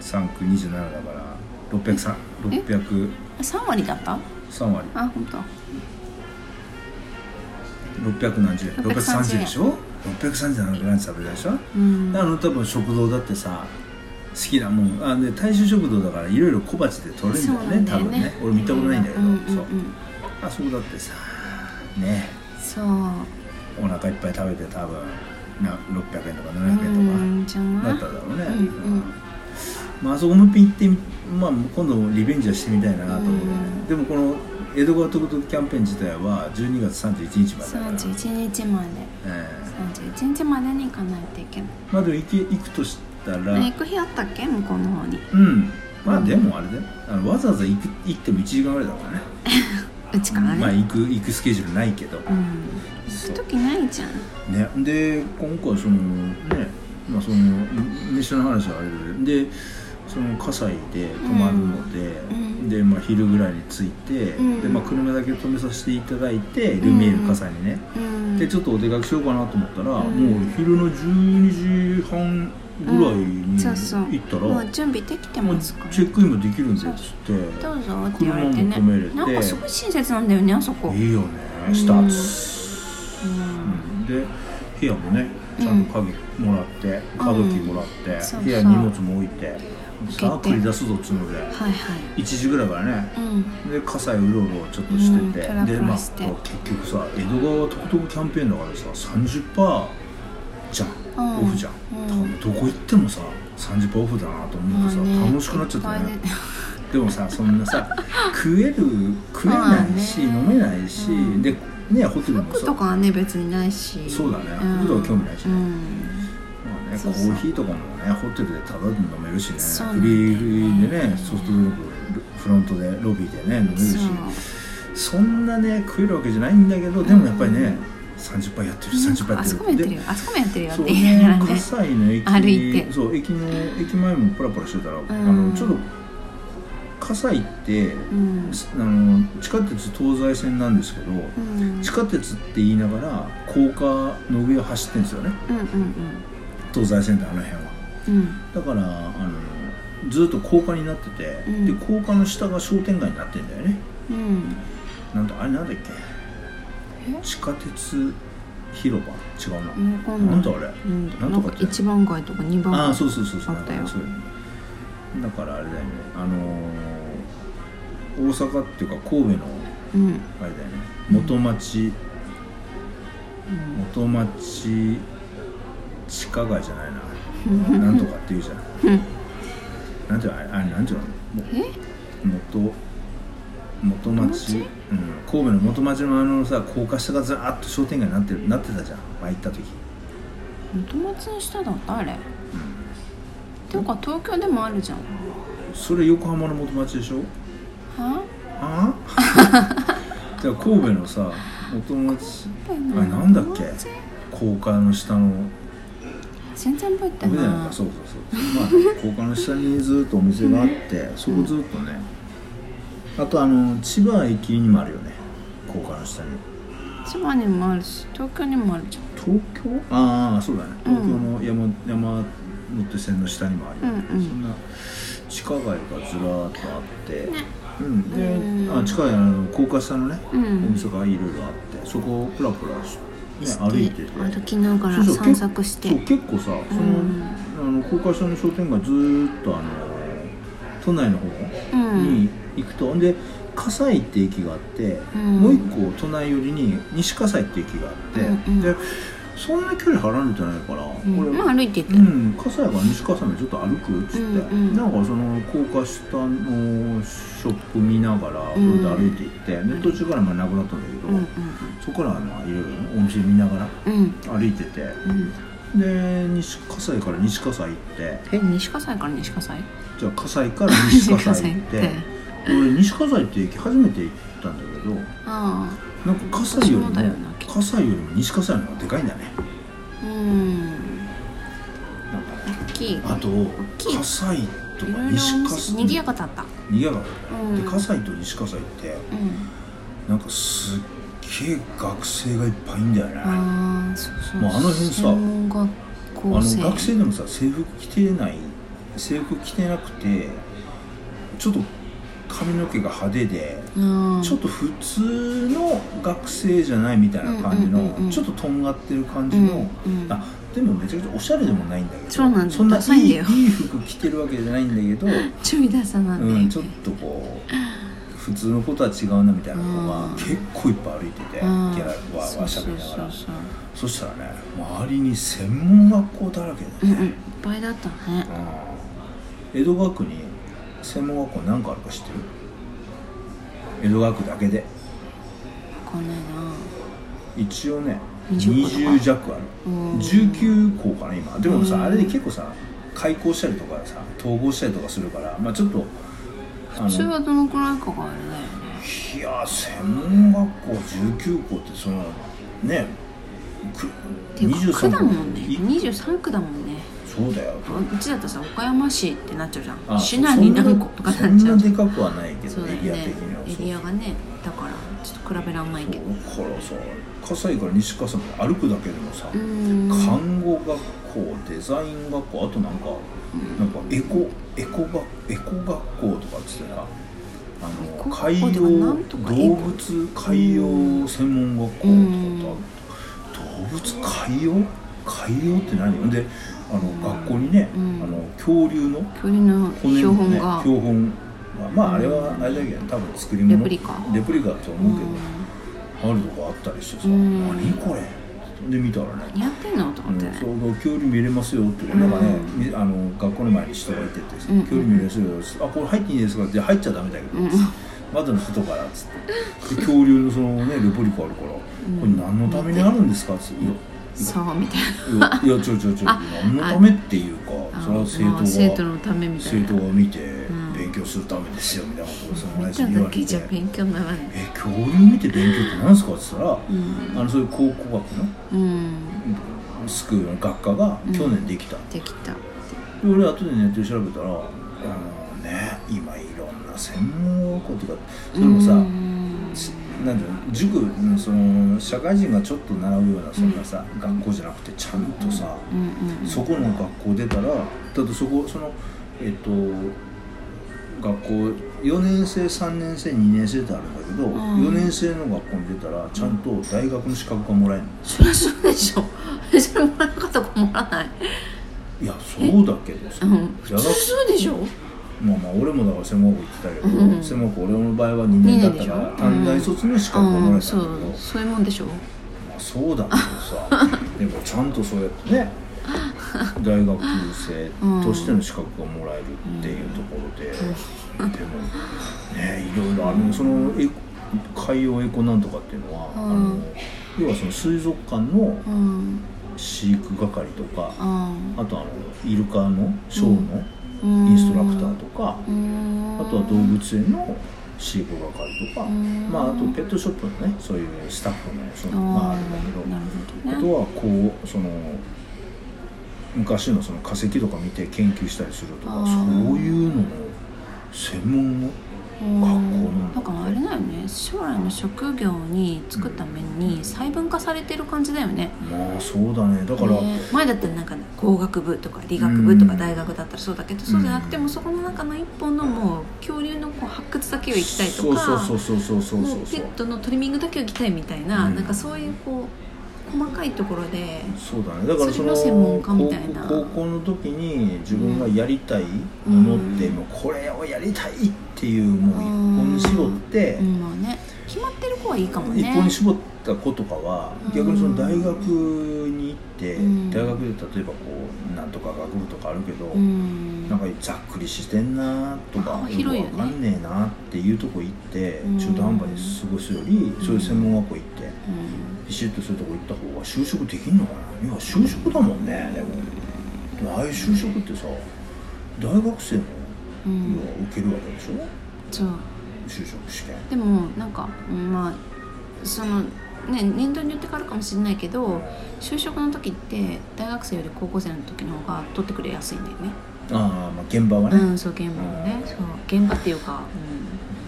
S2: 3区27だから603
S1: え
S2: 603
S1: 3割だった
S2: 割
S1: あ本当。
S2: 600何十円
S1: 630
S2: 630円でしょ637円ランチ食べたでしょ、
S1: うん
S2: あの多分食堂だってさ好きなもんあの、ね、大衆食堂だからいろいろ小鉢で取れるんだよね多分ね俺見たことないんだけど、
S1: うう
S2: そう
S1: うん
S2: あそこだってさね
S1: そう
S2: お腹いっぱい食べて多分な600円とか
S1: う
S2: 700円とか。
S1: んじゃ
S2: だ
S1: な
S2: っ
S1: い
S2: ただろうね、
S1: うんうん
S2: まああそこもう一品行ってみまあ今度リベンジはしてみたいなと思うね、
S1: うん
S2: でもこの江戸川トクトクキャンペーン自体は12月31日までだから、
S1: 31日まで
S2: ええ
S1: 31日までに行かないといけない
S2: まあでも行け行くとしたら
S1: え行く日あったっけ向こうの方に
S2: うんまあでもあれだよあのわざわざ行く行っても1時間ぐらいだからね
S1: うちからね、
S2: まあ行く行くスケジュールないけど、
S1: うん
S2: そ
S1: 行く時ないじゃん
S2: うねで今回そのねまあその飯の話はあれででその葛西で泊まるので、
S1: うん
S2: で、まあ、昼ぐらいに着いて、
S1: ん
S2: でまあ、車だけ止めさせていただいてルメール
S1: うん
S2: 葛西にね、
S1: うん
S2: でちょっとお出かけしようかなと思ったら、
S1: うん
S2: もう昼の12時半ぐらいに
S1: そうそう
S2: 行ったら、
S1: もう準備できて
S2: もう
S1: ますから
S2: チェックインもできるんだよっつって
S1: どうぞって言われてね
S2: 車も止めれて
S1: なんかすごい親切なんだよねあそこ
S2: いいよ
S1: う
S2: ね
S1: ん
S2: したっす
S1: うん
S2: で部屋もねちゃんと鍵もらって、カードキーもらって、
S1: そう
S2: 部屋に荷物も置いてさあ
S1: 置いて
S2: 繰り出すぞっつうので
S1: はいはい
S2: 1時ぐらいからね
S1: うん
S2: で葛西うろうろちょっとしてて、
S1: うんプラプラ
S2: でまあ
S1: して
S2: 結局さ江戸川トクトクキャンペーンだからさ30%じゃん、
S1: うん
S2: オフじゃん、
S1: うん
S2: 多分どこ行ってもさ30%オフだなと思ってさ、楽しくなっちゃったね
S1: いぱい出て
S2: でもさそんなさ食える食えないし、
S1: まあ
S2: 飲めないし、
S1: うん
S2: でねホテルも
S1: 服
S2: さ
S1: とかはね別にないし
S2: そうだね
S1: ん
S2: 服とか興味ないしね
S1: うん
S2: まあね、
S1: そうそう
S2: コーヒーとかもねホテルでただで飲めるしね
S1: そうなん
S2: フ
S1: だよ
S2: リ
S1: ね
S2: ーでねソフトドリンクフロントでロビーでね飲める
S1: そ
S2: し
S1: う
S2: そんなね食えるわけじゃないんだけどでもやっぱりね、
S1: うん
S2: 30杯やってる30杯や
S1: あ
S2: って
S1: そ
S2: る
S1: こもやってる
S2: で
S1: よあそこもやってるよっ
S2: そ
S1: て
S2: う
S1: 言いながらね
S2: 葛西の駅
S1: 歩いて
S2: そう駅の駅前もパラパラしてたら、
S1: ん
S2: あのちょっと葛西って、
S1: うん
S2: あの地下鉄東西線なんですけど、
S1: うん
S2: 地下鉄って言いながら高架の上を走ってるんですよね
S1: うんうん
S2: 東西線ってあの辺は
S1: うんうん
S2: だからあのずっと高架になってて、
S1: うん
S2: で高架の下が商店街になってんだよね
S1: うん
S2: なんだあれなんだっ
S1: え
S2: け地下鉄広場違うな、
S1: うんわかんない
S2: なんだあれ
S1: うん
S2: なん
S1: なん
S2: とか
S1: か
S2: って
S1: 一番街とか二番街
S2: ああそうそうそうそう
S1: あったよ
S2: なんかそうだからあれだよねあのー大阪っていうか神戸の
S1: うんうん
S2: あれだよね元町元町地下街じゃない ななんとかっていうじゃん
S1: うん
S2: なんていうのあれあれなんていうのも
S1: え
S2: 元元
S1: 元
S2: 町
S1: 町
S2: うん、神戸の元町のあのさ高架下がずらっと商店街になってるなってたじゃん前行った時
S1: 元町の下だったあれていうか東京でもあるじゃん
S2: それ横浜の元町でしょ
S1: は
S2: ああじゃあ神戸のさ元町
S1: あれ
S2: あれなんだっけ
S1: 元町
S2: 高架の下の
S1: 全然覚えて
S2: 上だよ
S1: な
S2: ね
S1: い
S2: そうそうそうまあ高架の下にずっとお店があってそこずっとねあとあの千葉駅にもあるよね高架の下に
S1: 千葉にもあるし東京にもあるじゃん
S2: 東京ああそうだね
S1: うん
S2: 東京の山,、山手線の下にもあるよね、
S1: うんうん
S2: そんな地下街がずらーっとあって、
S1: ね
S2: うんで、
S1: うん
S2: あ地下街あの高架下のね、
S1: うん
S2: お店がいろいろあってそこをプラプラし、ね、
S1: して
S2: 歩いてて
S1: 歩きながら
S2: そうそう
S1: 散策して
S2: そう結構さその,、
S1: うん
S2: あの高架下の商店街ずーっとあの都内の方
S1: うん
S2: に行くと、ん、で葛西って駅があって、
S1: うん
S2: もう一個都内寄りに西葛西って駅があって、
S1: うんうん
S2: でそんな距離離れてないから、
S1: うん
S2: 俺
S1: まあ歩いていく、
S2: うん、笠谷が西笠谷ちょっと歩くっつって、
S1: うんうん
S2: なんかその高架下のショップ見ながらこ
S1: う
S2: れ
S1: ん
S2: で歩いていって、で途中からまあなくなったんだけど、
S1: うんうん
S2: そこからまあいろいろねお店見ながら
S1: うん
S2: 歩いてて
S1: うん
S2: で西葛西から西葛西行って
S1: え西葛西から西葛西
S2: じゃあ葛西 から西葛西行っ
S1: 西葛
S2: て
S1: 西行っ
S2: 俺西葛西って駅初めて行ったんだけど
S1: あ
S2: なんか葛西よりも
S1: 私もだよな
S2: 葛西よりも西葛西の方がでかいんだね
S1: あうん
S2: なんかね
S1: 大きいい
S2: あと
S1: きい
S2: 葛西と
S1: ろいろ
S2: か
S1: お
S2: 西
S1: 店に
S2: 葛
S1: ぎ
S2: 西
S1: やかだった
S2: にぎやかだった
S1: うん
S2: で葛西と西葛西って
S1: うん
S2: なんかすっげえ学生がいっぱいいんだよねあ
S1: ああそうそう
S2: もうあの辺さ
S1: 専門学
S2: の
S1: 校生
S2: 学生でもさ制服着てない制服着てなくてちょっと髪の毛が派手で
S1: うん
S2: ちょっと普通の学生じゃないみたいな感じの、
S1: うんうんうんうん
S2: ちょっととんがってる感じの、
S1: うんうん
S2: あでもめちゃくちゃおしゃれでもないんだけど
S1: そうなんだ
S2: そんな
S1: ダサい
S2: い
S1: ん
S2: い
S1: だ
S2: いい
S1: よ
S2: 服着てるわけじゃないんだけど、
S1: ちょい出さなんだよ
S2: う
S1: ね
S2: ん、ちょっとこう普通の子とは違うなみたいな子が
S1: うん
S2: 結構いっぱい歩いてて、ギ
S1: うん
S2: ャラわーわーしゃべりな
S1: そ
S2: がら
S1: うそうそう
S2: そしたらね周りに専門学校だらけ
S1: そううん
S2: だね、
S1: うんいっぱいだったね
S2: うん江戸川区に専門学校何かあるか知ってる江戸川区だけで
S1: わかんないな
S2: 一応ね
S1: 20
S2: 20弱ある
S1: うん
S2: 19校かな今でも
S1: うん
S2: さあれで結構さ開校したりとかさ統合したりとかするからまあちょっとあの
S1: それはどのくらいかがあれだよね
S2: いや専門学校19校ってそのねく
S1: ていうか区だもんね
S2: い
S1: 23区だもんね
S2: そうだよ
S1: うちだとさ岡山市ってなっちゃうじゃ
S2: あ
S1: ん市内に何個とかなっちゃう
S2: そんなでかくはないけ
S1: そ
S2: ど
S1: うだ
S2: エ
S1: よ
S2: リア
S1: ね
S2: 的には
S1: エリアがねだからちょっと比べらんないけど
S2: そうだからさ葛西から西葛西まで歩くだけでもさ、
S1: うーん
S2: 看護学校デザイン学校あとなんか、なんかエコエコがエコ学校とかっつってさあ
S1: エ
S2: の
S1: コ学
S2: 海
S1: 校
S2: 洋
S1: とかなんとかエコ
S2: 動物海洋専門学校とかってある動物海洋海洋って何ほんであの学校にね、
S1: うん
S2: あの恐竜の
S1: 距離の
S2: 骨
S1: 標
S2: の、
S1: 本
S2: ね、
S1: が
S2: 標本がまああれはあれだけど多分作り物
S1: レプリカ
S2: レプリカだと
S1: う
S2: 思うけど
S1: ん、
S2: あるとかあったりしてさ
S1: う
S2: 「
S1: ん
S2: 何これ?」で見たらね
S1: やってんのと思ってね
S2: ちょうど恐竜見れますよって、なんかねみあの学校の前に人がいててさ
S1: うんうん
S2: 恐竜見れますよ」あこれ入っていいですか?」って「入っちゃダメだけど」
S1: うん
S2: 窓の外から」っつってで恐竜のそのねレプリカあるから「これ何のためにあるんですか?」っつって「いや
S1: そうみたい
S2: いやいやちょちょちょ
S1: あ
S2: 何のため?」っていうか
S1: な
S2: それは生徒
S1: ま
S2: が
S1: あ生徒のためみたい
S2: 生
S1: な
S2: 徒が見て
S1: ん
S2: 勉強するためですよみたいなことをその親
S1: 見
S2: 父
S1: た
S2: に言わ
S1: だ
S2: れて
S1: けじゃ勉強にならない
S2: 「え恐竜見て勉強って何ですか?」っつった
S1: ん
S2: ら、あのそういう考古学の
S1: うん
S2: スクールの学科が去年できた、
S1: できた
S2: で俺後でネットで調べたらあのね今いろんな専門学校っていうかそれもさ、
S1: うん
S2: しなんていうの塾のその社会人がちょっと習うようなそんなさ、学校じゃなくてちゃんとさ、
S1: うんうん
S2: そこの学校出たらだってそこそのえっと学校4年生3年生2年生ってあるんだけど、
S1: ん
S2: 4年生の学校に出たらちゃんと大学の資格がもらえるの
S1: そりゃそうでしょ それもらう方困らない
S2: いやそうだけどさ、
S1: うん普
S2: じゃ
S1: 通
S2: なく
S1: そうでしょ
S2: まあまあ俺もだから専門学校行ってたけ
S1: う
S2: ど、
S1: んうん
S2: 専門学校俺の場合は2年だったか
S1: 二
S2: ら
S1: 年でしょ
S2: 短大卒の資格がも
S1: う
S2: らえ
S1: ん
S2: た
S1: そ
S2: んだけど、
S1: うそういうもんでしょ
S2: まあ、そうだけどさ でもちゃんとそうやってね大学生としての資格がもらえるっていうところで、でもねいろいろあのそのエコ海洋エコなんとかっていうのは、
S1: うん
S2: あの要はその水族館の
S1: うん
S2: 飼育係とか、
S1: あ
S2: あとあのイルカのショーの
S1: うん
S2: インストラクターとか、
S1: ーうん
S2: あとは動物園の飼育係とか、
S1: うん
S2: まあ、あとペットショップのねそういうスタッフのそ
S1: あー
S2: のまああるんだ
S1: な
S2: けど。
S1: るほ
S2: あ
S1: どね
S2: とはこうその昔のその化石とか見て研究したりすると
S1: あ
S2: か
S1: ー
S2: そういうのの専門の
S1: うん
S2: 学校
S1: な
S2: なんん
S1: かあ
S2: だ
S1: れだよね将来の職業に就くために細分化されてる感じだよね
S2: まあそうだねだから、
S1: ね前だったらなんか工学部とか理学部とか
S2: うん
S1: 大学だったらそうだけど、そうじゃなくて
S2: う
S1: も
S2: ん
S1: そこの中の一本のもう恐竜のこう発掘だけを行きたいとか
S2: そうそうそうそうそう
S1: も
S2: そうう
S1: ペ
S2: そ
S1: ッ
S2: う
S1: トのトリミングだけを行きたいみたいな、
S2: うん
S1: なんかそういうこう細かいところで
S2: そうだねだからその
S1: それの専門家みたいな
S2: 高校高校の時に自分がやりたいものって、
S1: うん
S2: もうこれをやりたいっていうもう一本に絞って、
S1: うんまあね決まってるこはいいかもね
S2: 一本に絞った子とかは、
S1: うん
S2: 逆にその大学に行って、
S1: うん
S2: 大学で例えばこうなんとか学部とかあるけど、
S1: うん
S2: なんかざっくりしてんなとか
S1: あ広いよね
S2: くわかんねえなっていうとこ行って、
S1: うん
S2: 中途半端に過ごすより、そういう専門学校行って
S1: うん
S2: ビシッとそういうとこ行った方が就職できんのかないや就職だもんねでもでもああいう就職ってさ大学生も、
S1: うん
S2: 要は受けるわけでしょ
S1: そう
S2: 就職試験
S1: でもなんかうんまあそのね年度によって変わるかもしれないけど就職の時って大学生より高校生の時の方が取ってくれやすいんだよね
S2: ああまあ現場はね、
S1: うんそう現場もねそう現場っていうか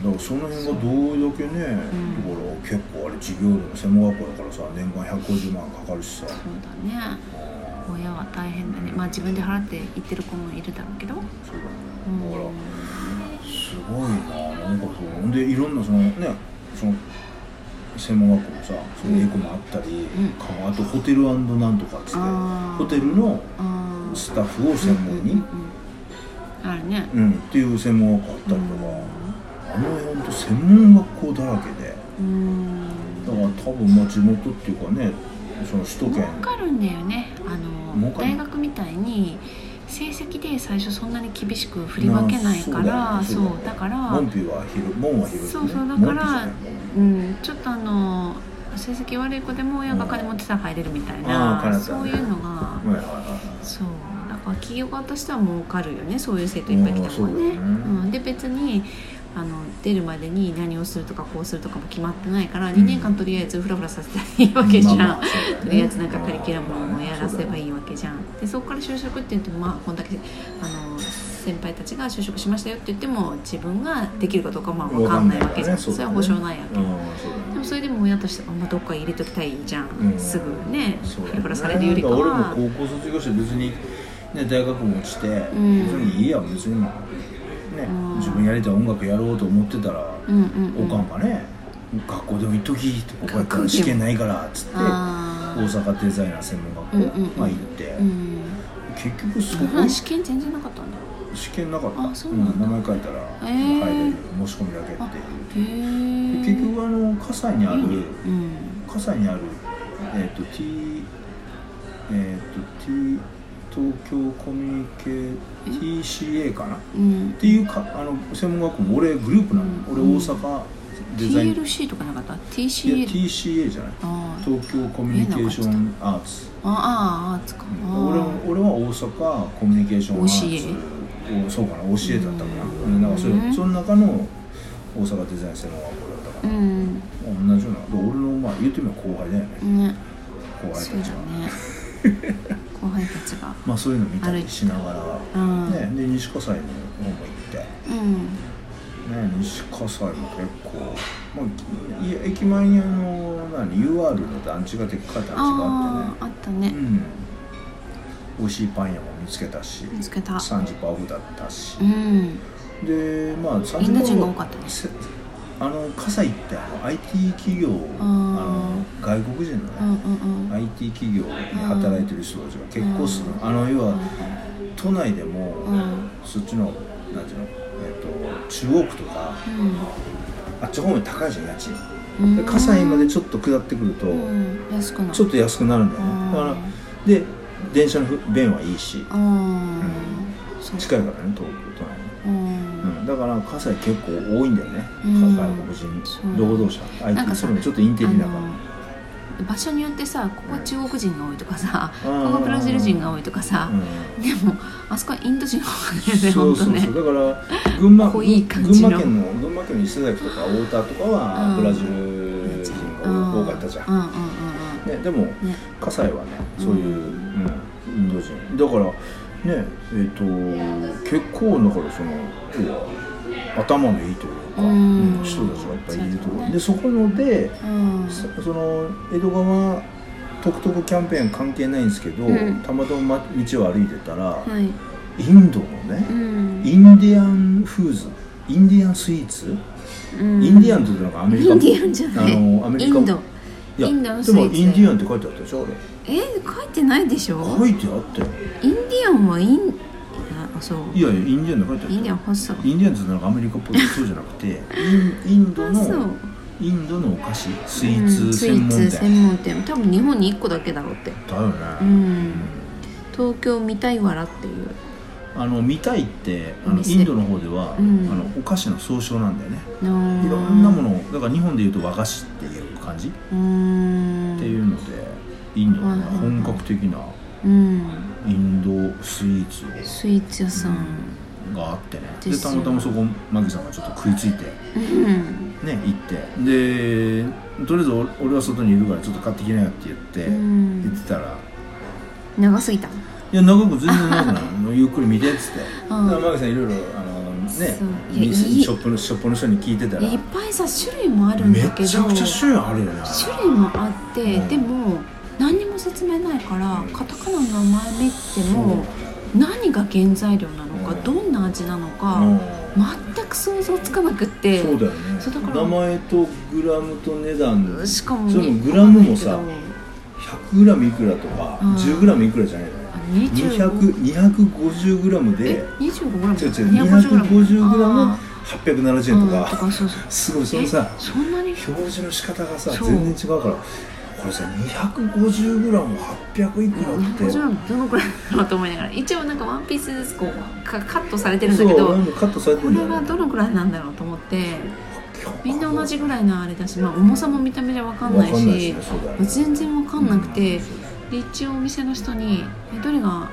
S2: だからその辺がどれだけね、
S1: ん
S2: だから結構あれ授業料の専門学校だからさ年間150万かかるし
S1: う
S2: さ
S1: んそうだね親は大変だねまあ自分で払って行ってる子もいるだろうけど
S2: そうだね
S1: うん
S2: だからすごいななんかそうほんでいろんなそのねその専門学校もさそういうエコもあったり、
S1: うん
S2: かあとホテルなんとかっつって
S1: あー
S2: ホテルの
S1: ああ
S2: スタッフを専門に、
S1: うう
S2: うんん
S1: んうんあるね
S2: っていう専門学校あったりとか、あの辺ほんと専門学校だらけで
S1: うん
S2: だから多分まあ地元っていうかねその首都
S1: 儲
S2: 圏
S1: かるんだよねあ
S2: 儲
S1: の
S2: かる
S1: 大学みたいに成績で最初そんなに厳しく振り分けないから
S2: な
S1: そうだから
S2: 門扉は広い門は広いね
S1: そうそうだから
S2: 門扉じゃない
S1: うんちょっとあの成績悪い子でも親が金持ってたら入れるみたい
S2: あー
S1: な
S2: 彼だった
S1: そ
S2: ら
S1: う
S2: ね
S1: いうのが
S2: はいはいはい
S1: そうだから企業家としては儲かるよねそういう生徒いっぱい来たのがね
S2: うんそうだよね
S1: うん、で別にあの出るまでに何をするとかこうするとかも決まってないから、
S2: ん
S1: 2年間とりあえずフラフラさせたらいいわけじゃん、
S2: まあまあそうだよね
S1: とりあえずなんかカリキュラムをやらせば
S2: まあまあそうだよね
S1: いいわけじゃんでそこから就職って言ってもまあこんだけあの先輩たちが就職しましたよって言っても自分ができるかどうかはまあ分かんないわけじゃん
S2: わかんないからね
S1: そ
S2: そうだね
S1: れは保証ないわけ、
S2: うんそうだね
S1: でもそれでも親としてあんまどっか入れときたいじゃん、
S2: うん
S1: すぐね
S2: そう
S1: フラ
S2: だね
S1: フラされるよりかは
S2: だら俺も高校卒業して別に、ね、大学も落ちて、
S1: ん
S2: 別にいいや別にね、
S1: うん
S2: 自分やりたい音楽やろうと思ってたら、
S1: うんうんうん
S2: おかんがね学校でも行っときってここやった
S1: 学校でも
S2: ら試験ないからっつって大
S1: あー
S2: 阪デザイナー専門学校、
S1: うんうんうん
S2: まあ、行って、
S1: うん
S2: 結局そこ
S1: あ試験全然なかったんだ
S2: 試験なかった
S1: あそうなんだ
S2: 名前書いたら
S1: へ
S2: 入
S1: ー
S2: れる申し込みだけって
S1: あ
S2: いう
S1: へえ
S2: 結局あの葛西にある、
S1: うん
S2: 葛西にあるえっ、と T えっ、と T 東京コミュニケ TCA かなっ
S1: うん
S2: ていうかあの専門学校も俺グループなの、
S1: うん
S2: 俺大阪デザイン、いや
S1: TLC とかなかった TCL
S2: TCA じゃない
S1: あー
S2: 東京コミュニケーションアーツ
S1: あーあーあーつかあ
S2: 俺は俺は大阪コミュニケーションアーツをそうかな教えだったかな,、
S1: うん
S2: なんかそれ
S1: うん
S2: その中の大阪デザイン専門学校だった
S1: ーう
S2: か
S1: ん
S2: ら、同じようなだから俺のまあ言ってみれば後輩だよね、
S1: ね
S2: 後輩
S1: そう
S2: た
S1: だ
S2: ち
S1: ね
S2: は、
S1: 後輩たちが
S2: まあそういうの見た
S1: 歩い
S2: り
S1: て
S2: しなが
S1: う
S2: ら、
S1: ん
S2: ね、で西葛西の方も行って、ね、
S1: うん
S2: 西葛西も結構、まあ、い駅前にあの何 UR の団地がでっかい団地があ
S1: あああ
S2: ってね
S1: ったね
S2: うん美味しいパン屋も見つけたし
S1: 見つけた
S2: 30%オフだったし
S1: う、ん
S2: でまあ
S1: インド人が多
S2: 30%
S1: かったね
S2: せあの葛西ってあの IT 企業
S1: あ
S2: あ
S1: ー
S2: の外国人の
S1: うん
S2: ね、
S1: うんうん
S2: IT 企業に働いてる人たちが結構する、
S1: うん
S2: あの要は都内でも、
S1: うん
S2: そっちのなんていうの、えっと中央区とかあっち方面高いじゃん家賃
S1: うん
S2: で葛西までちょっと下ってくると、
S1: うん安くな
S2: ちょっと安くなるんだよ
S1: うん
S2: ねだからで電車のふ便はいいし
S1: ああそう
S2: 近いからね東京都内に。
S1: うん
S2: うん、だから葛西結構多いんだよね、
S1: うん
S2: 外国人
S1: そう
S2: 労働者
S1: なんか
S2: IT
S1: さ
S2: それもちょっとインテリだから、
S1: あの場所によってさここは中国人が多いとかさこ
S2: うん
S1: こはブラジル人が多いとかさ
S2: う ん
S1: でもあそこはインド人が多いよね
S2: そう
S1: 本当
S2: そう
S1: ね
S2: そうだから群馬
S1: 濃い感じの
S2: 群馬県の群馬県の伊勢崎とか太田とか
S1: うん
S2: はブラジル人が多かったじゃん、
S1: うんうん
S2: ね、でも
S1: うんうんね
S2: 葛西はね
S1: うん
S2: そういう、うんインド人だからねえっ、と結構だからその要は頭のいいという
S1: う
S2: か、
S1: ん
S2: うん人たちがいっぱいいると
S1: そ
S2: こ
S1: うだ
S2: ろ
S1: ね
S2: でそこので
S1: うん
S2: そその江戸川トクトクキャンペーン関係ないんですけど、
S1: うん
S2: たまたま道を歩いてたら、
S1: はい
S2: インドのね
S1: う、ん
S2: インディアンフーズインディアンスイーツ、
S1: うん
S2: インディアンってなんかアメリカ
S1: インディアンじゃない
S2: あのアメリカ
S1: インド
S2: いや
S1: インドのスイ
S2: で
S1: ーツ
S2: もインディアンって書いてあったでしょ
S1: え書いてないでし
S2: あ
S1: ょ
S2: れ書いてあったよ
S1: インディアンはインあそう
S2: いやいやインディアンって書いてあったよ
S1: インディアン細そう
S2: インディアンズなんかアメリカっぽいそうじゃなくてインインド
S1: あそう
S2: のイインドのお菓子スイ
S1: う
S2: ー
S1: ん
S2: ツ
S1: スイ
S2: 専
S1: ー
S2: 門
S1: ツ
S2: 店、
S1: 専門店多分日本に1個だけだろうって
S2: だよね、
S1: う
S2: うん
S1: ん東京見たいわらっていう
S2: あの見たいってあ
S1: お
S2: の
S1: 店
S2: インドの方では、
S1: うん
S2: あのお菓子の総称なんだよね
S1: いろ
S2: いろんなものをだから日本でいうと和菓子っていう感じ、
S1: うん
S2: っていうのでインドのね
S1: う
S2: 本
S1: ん
S2: 格的な
S1: うん
S2: インドスイーツを
S1: スイーツ屋さん
S2: うんがあってねで
S1: です
S2: た
S1: よ
S2: またまそこマギさんがちょっと食いついて
S1: うん
S2: ね行ってでとりあえず俺俺は外にいるからちょっと買ってきなよって言って、
S1: うん
S2: 言ってたら
S1: 長すぎた
S2: いや長く全然 長くないもうゆっくり見てっつって、
S1: うん
S2: だからマギさんいろいろあのね
S1: そういや
S2: 店
S1: いい
S2: ショップのショップの人に聞いてたら
S1: いっぱいさ種類もあるん
S2: め
S1: だ
S2: ち
S1: けど
S2: ゃくちゃ種類あるよね
S1: 種類もあって、
S2: うん
S1: でも何にも説明ないからカタカナの名前見ても、何が原材料なのか、
S2: うん
S1: どんな味なのか、
S2: う
S1: 全く想像つかなくって
S2: んそうだよね
S1: そうだから
S2: 名前とグラムと値段
S1: しかも
S2: それもグラムも
S1: わ
S2: さ
S1: かんない
S2: 100g いくらとか
S1: うん
S2: 10g いくらじゃないの
S1: けどあ25
S2: 250g
S1: え
S2: で
S1: 25グラム
S2: 違う違う
S1: 250
S2: 250g870
S1: あ
S2: 円と
S1: ーうんとか
S2: か
S1: そうそう
S2: すごいそのさ
S1: えそんなに
S2: 表示の仕方がさ
S1: そう
S2: 全然違うからこれさ 250g800 いくらって
S1: 250グラムどのくらいだろうと思いながら一応なんかワンピースずつこうかカットされてるんだけ
S2: そう
S1: ど
S2: なんかカットされて
S1: こ
S2: るんだ
S1: れ
S2: よ
S1: は
S2: ね
S1: どのくらいなんだろうと思ってみんな同じぐらいのあれだし、まあ、重さも見た目じゃ分かんない
S2: わかんない
S1: し
S2: しねそうだよね
S1: 全然分かんなくて
S2: うん
S1: で一応お店の人にえどれがあの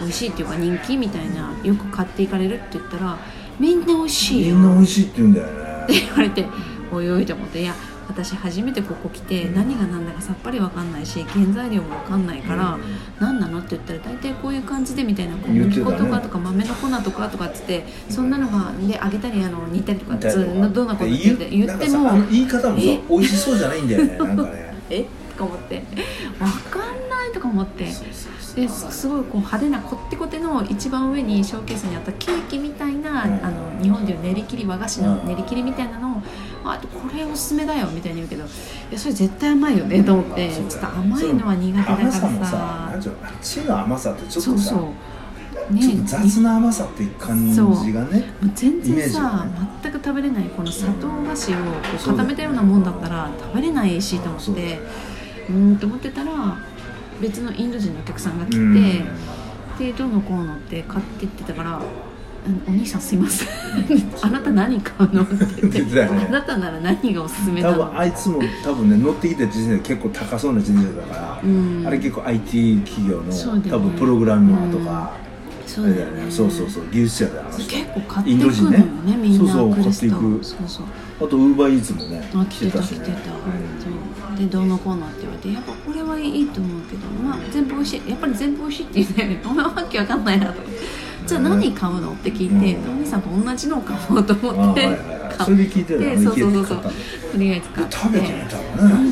S1: 美味しいっていうか人気みたいなよく買っていかれるって言ったらみんな美味しい
S2: み
S1: よ
S2: んな美
S1: っ
S2: 味しいって言うんだよね
S1: て言われておいおいと思っていや私初めてここ来て何が何だかさっぱり分かんないし原材料も分かんないから、何なのって言ったら大体こういう感じでみたいな小麦粉
S2: 言ってた
S1: と
S2: ね
S1: かとか豆の粉とかとかっつってそんなのがで揚げたりあの煮たりとか
S2: みたい
S1: つ
S2: な
S1: どんなことって言って言って
S2: なんかさあ
S1: も
S2: の言い方もさ
S1: え
S2: 美味しそうじゃないんだよねなんかね
S1: えとか思って分かんないとか思って
S2: そうそうそう
S1: ですすごいこう派手なこってこての一番上にショーケースにあったケーキみたいなあ
S2: うん
S1: の日本でいう練り切り和菓子の
S2: うん
S1: 練り切りみたいなのをあとこれおすすめだよみたいに言うけどいやそれ絶対甘いよねと思ってちょっと甘いのは苦手だ
S2: 甘さ
S1: か
S2: も
S1: ら
S2: さ
S1: さ
S2: 何。ていうのあっちの甘さってちょっ
S1: そ
S2: と
S1: う
S2: さ
S1: そう
S2: ちょっと雑な甘さっていう感じがね
S1: もう全
S2: イメ
S1: 然
S2: ージが
S1: さ
S2: ね
S1: 全く食べれないこの砂糖菓子をこう固めたようなもんだったら食べれないしと思
S2: そ
S1: っ
S2: うだ
S1: て
S2: よ
S1: うーんと思ってたら別のインド人のお客さんが来て、
S2: うん
S1: でどうのこうのって買ってってたから「うんお兄さんすいません あなた何買うの?」って言って
S2: 言って たよね
S1: あなたなら何がおすすめ
S2: 多
S1: な
S2: 分
S1: の?」
S2: あいつも多分ね乗ってきた人生結構高そうな人生だか
S1: うん
S2: らあれ結構 IT 企業
S1: そう
S2: の
S1: だよ
S2: 多
S1: ね
S2: 分プログラマーとか
S1: そ
S2: あれだよねそうそうそう技術者だよあの人
S1: 結構買って
S2: イ
S1: い
S2: ン
S1: く
S2: ド人
S1: の
S2: ね
S1: よねみんな
S2: そうそう
S1: クリスタ
S2: 買っていく
S1: そうそう
S2: あとウーバーイーツもね
S1: あ来てた
S2: し
S1: 来て
S2: ね
S1: た、そうでどうのこうのって言われてやっぱこれはいいと思うけどまあ全部美味しいやっぱり全部美味しいって言うね お前わけわかんないなと思ってじゃあ何買うのって聞いて、
S2: うん
S1: お兄さんと同じのを買おうと思って、
S2: あはいはいはい
S1: 買
S2: それで聞いてたよね
S1: そうそうそうそ
S2: 買っ
S1: う
S2: たの
S1: とりあえず買っ
S2: で
S1: て
S2: 食べてみたらね、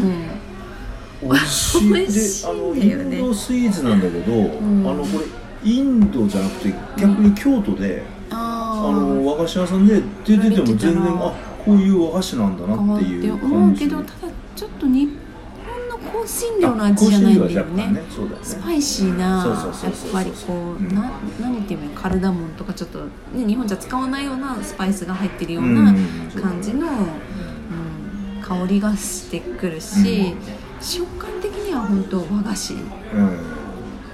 S1: うん
S2: 美味しい
S1: 美味しい
S2: であの
S1: んだよね
S2: インドスイーツなんだけど、
S1: ん
S2: あのこれインドじゃなくて逆に京都で、あ
S1: あー
S2: の和菓子屋さんで出てても全
S1: 食べてた
S2: 然
S1: ら
S2: あこういう和菓子なんだ
S1: 変
S2: な
S1: わ
S2: っ
S1: って
S2: い
S1: て
S2: う
S1: 思う
S2: 感
S1: け
S2: じ
S1: どただちょっと日本の香辛料の味じゃないんだよね
S2: あ香辛料は若干ねそうだよね
S1: スパイシーな
S2: そうそうそ
S1: や
S2: う
S1: っ
S2: そう
S1: ぱりこう、
S2: うん
S1: な何て言うのカルダモンとかちょっと、ね、日本じゃ使わないようなスパイスが入ってるよう
S2: うんう
S1: なん
S2: うん
S1: 感じの、うん香りがしてくるし、食感的には本当和菓子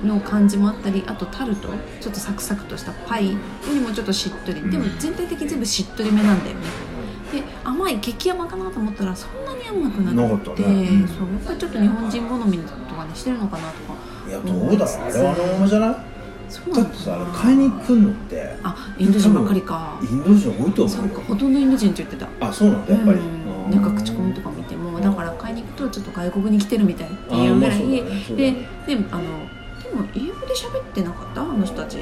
S1: の感じもあったりあとタルトちょっとサクサクとしたパイよりもちょっとしっとり、でも全体的に全部しっとりめなんだよねで甘い激甘かなと思ったらそんなに甘くなく
S2: なかってたねうん
S1: そうやっぱりちょっと日本人好みとかにしてるのかなとか
S2: うんいやどうだろうあれはあのままじゃない
S1: そう
S2: だ
S1: な
S2: っ
S1: の
S2: て
S1: か
S2: さ
S1: な
S2: あれ買いに来んのって
S1: あインド人ばっかりか
S2: インド人多いと
S1: そ
S2: 思
S1: う
S2: う
S1: か
S2: よ
S1: ほとんどインド人って言ってた
S2: あそうなんだやっぱり、
S1: うん、なんか口コミとか見てもだから買いに行くとちょっと外国に来てるみたいっていうぐらい、
S2: あーまあそうだねそうだ
S1: で
S2: ね
S1: であのでも英語で喋ってなかったあの人たち
S2: あ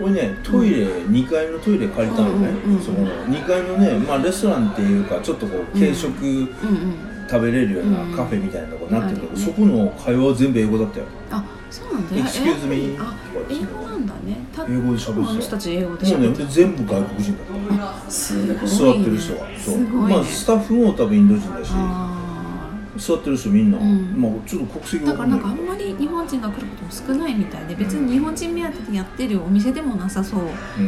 S2: 俺ねトイレ、2階のトイレ借りたのね、
S1: うんうんうん
S2: その2階のね、まあ、レストランっていうかちょっとこう軽食
S1: うんうん
S2: 食べれるような
S1: うん
S2: カフェみたいなとこになってるけど、
S1: うん
S2: そこの会話は全部英語だったよ
S1: あ、そうなんだ。
S2: Excuse me
S1: あ、英語なんだね。た
S2: 英語で喋ってた
S1: あの人たち英語で
S2: もうね
S1: 喋って
S2: で全部外国人だった
S1: た。すごい、ね。
S2: 座ってる人は
S1: す
S2: そう、
S1: ごい、ね。
S2: まあスタッフも多分インド人だし
S1: あ
S2: 座ってる人みんな、
S1: うん
S2: まあちょっと国籍
S1: だ
S2: わ
S1: か
S2: からん
S1: な
S2: なんい
S1: かあんまり日本人が来ることも少ないみたいで別
S2: うん
S1: に日本人目当てでやってるお店でもなさそうなんだよ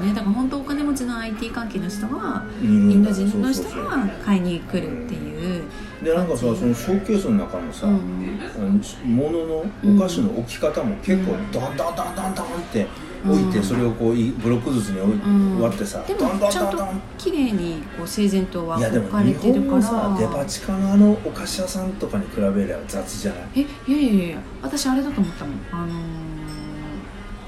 S1: ねだから本当お金持ちの IT 関係の人が
S2: うんいるんだ
S1: インド人の人
S2: そうそう
S1: が買いに来るっていう
S2: そうでなんかさそのショーケースの中のさ、
S1: うん
S2: あの物のお菓子の置き方も結構ダンダンダンダンダンって置いて、
S1: うん
S2: それをこういブロックずつに置い、
S1: うん
S2: 割ってさ
S1: で
S2: ダンダ
S1: も
S2: ン
S1: ちゃん
S2: ダン
S1: と
S2: ダン
S1: 綺麗にこう整然とはい
S2: やで
S1: 置
S2: も
S1: かれ
S2: 日
S1: てる
S2: 本
S1: か
S2: のさ
S1: ら
S2: デパ地下のあのお菓子屋さんとかに比べれば雑じゃない
S1: えいやいやいや私あれだと思ったもんあのー、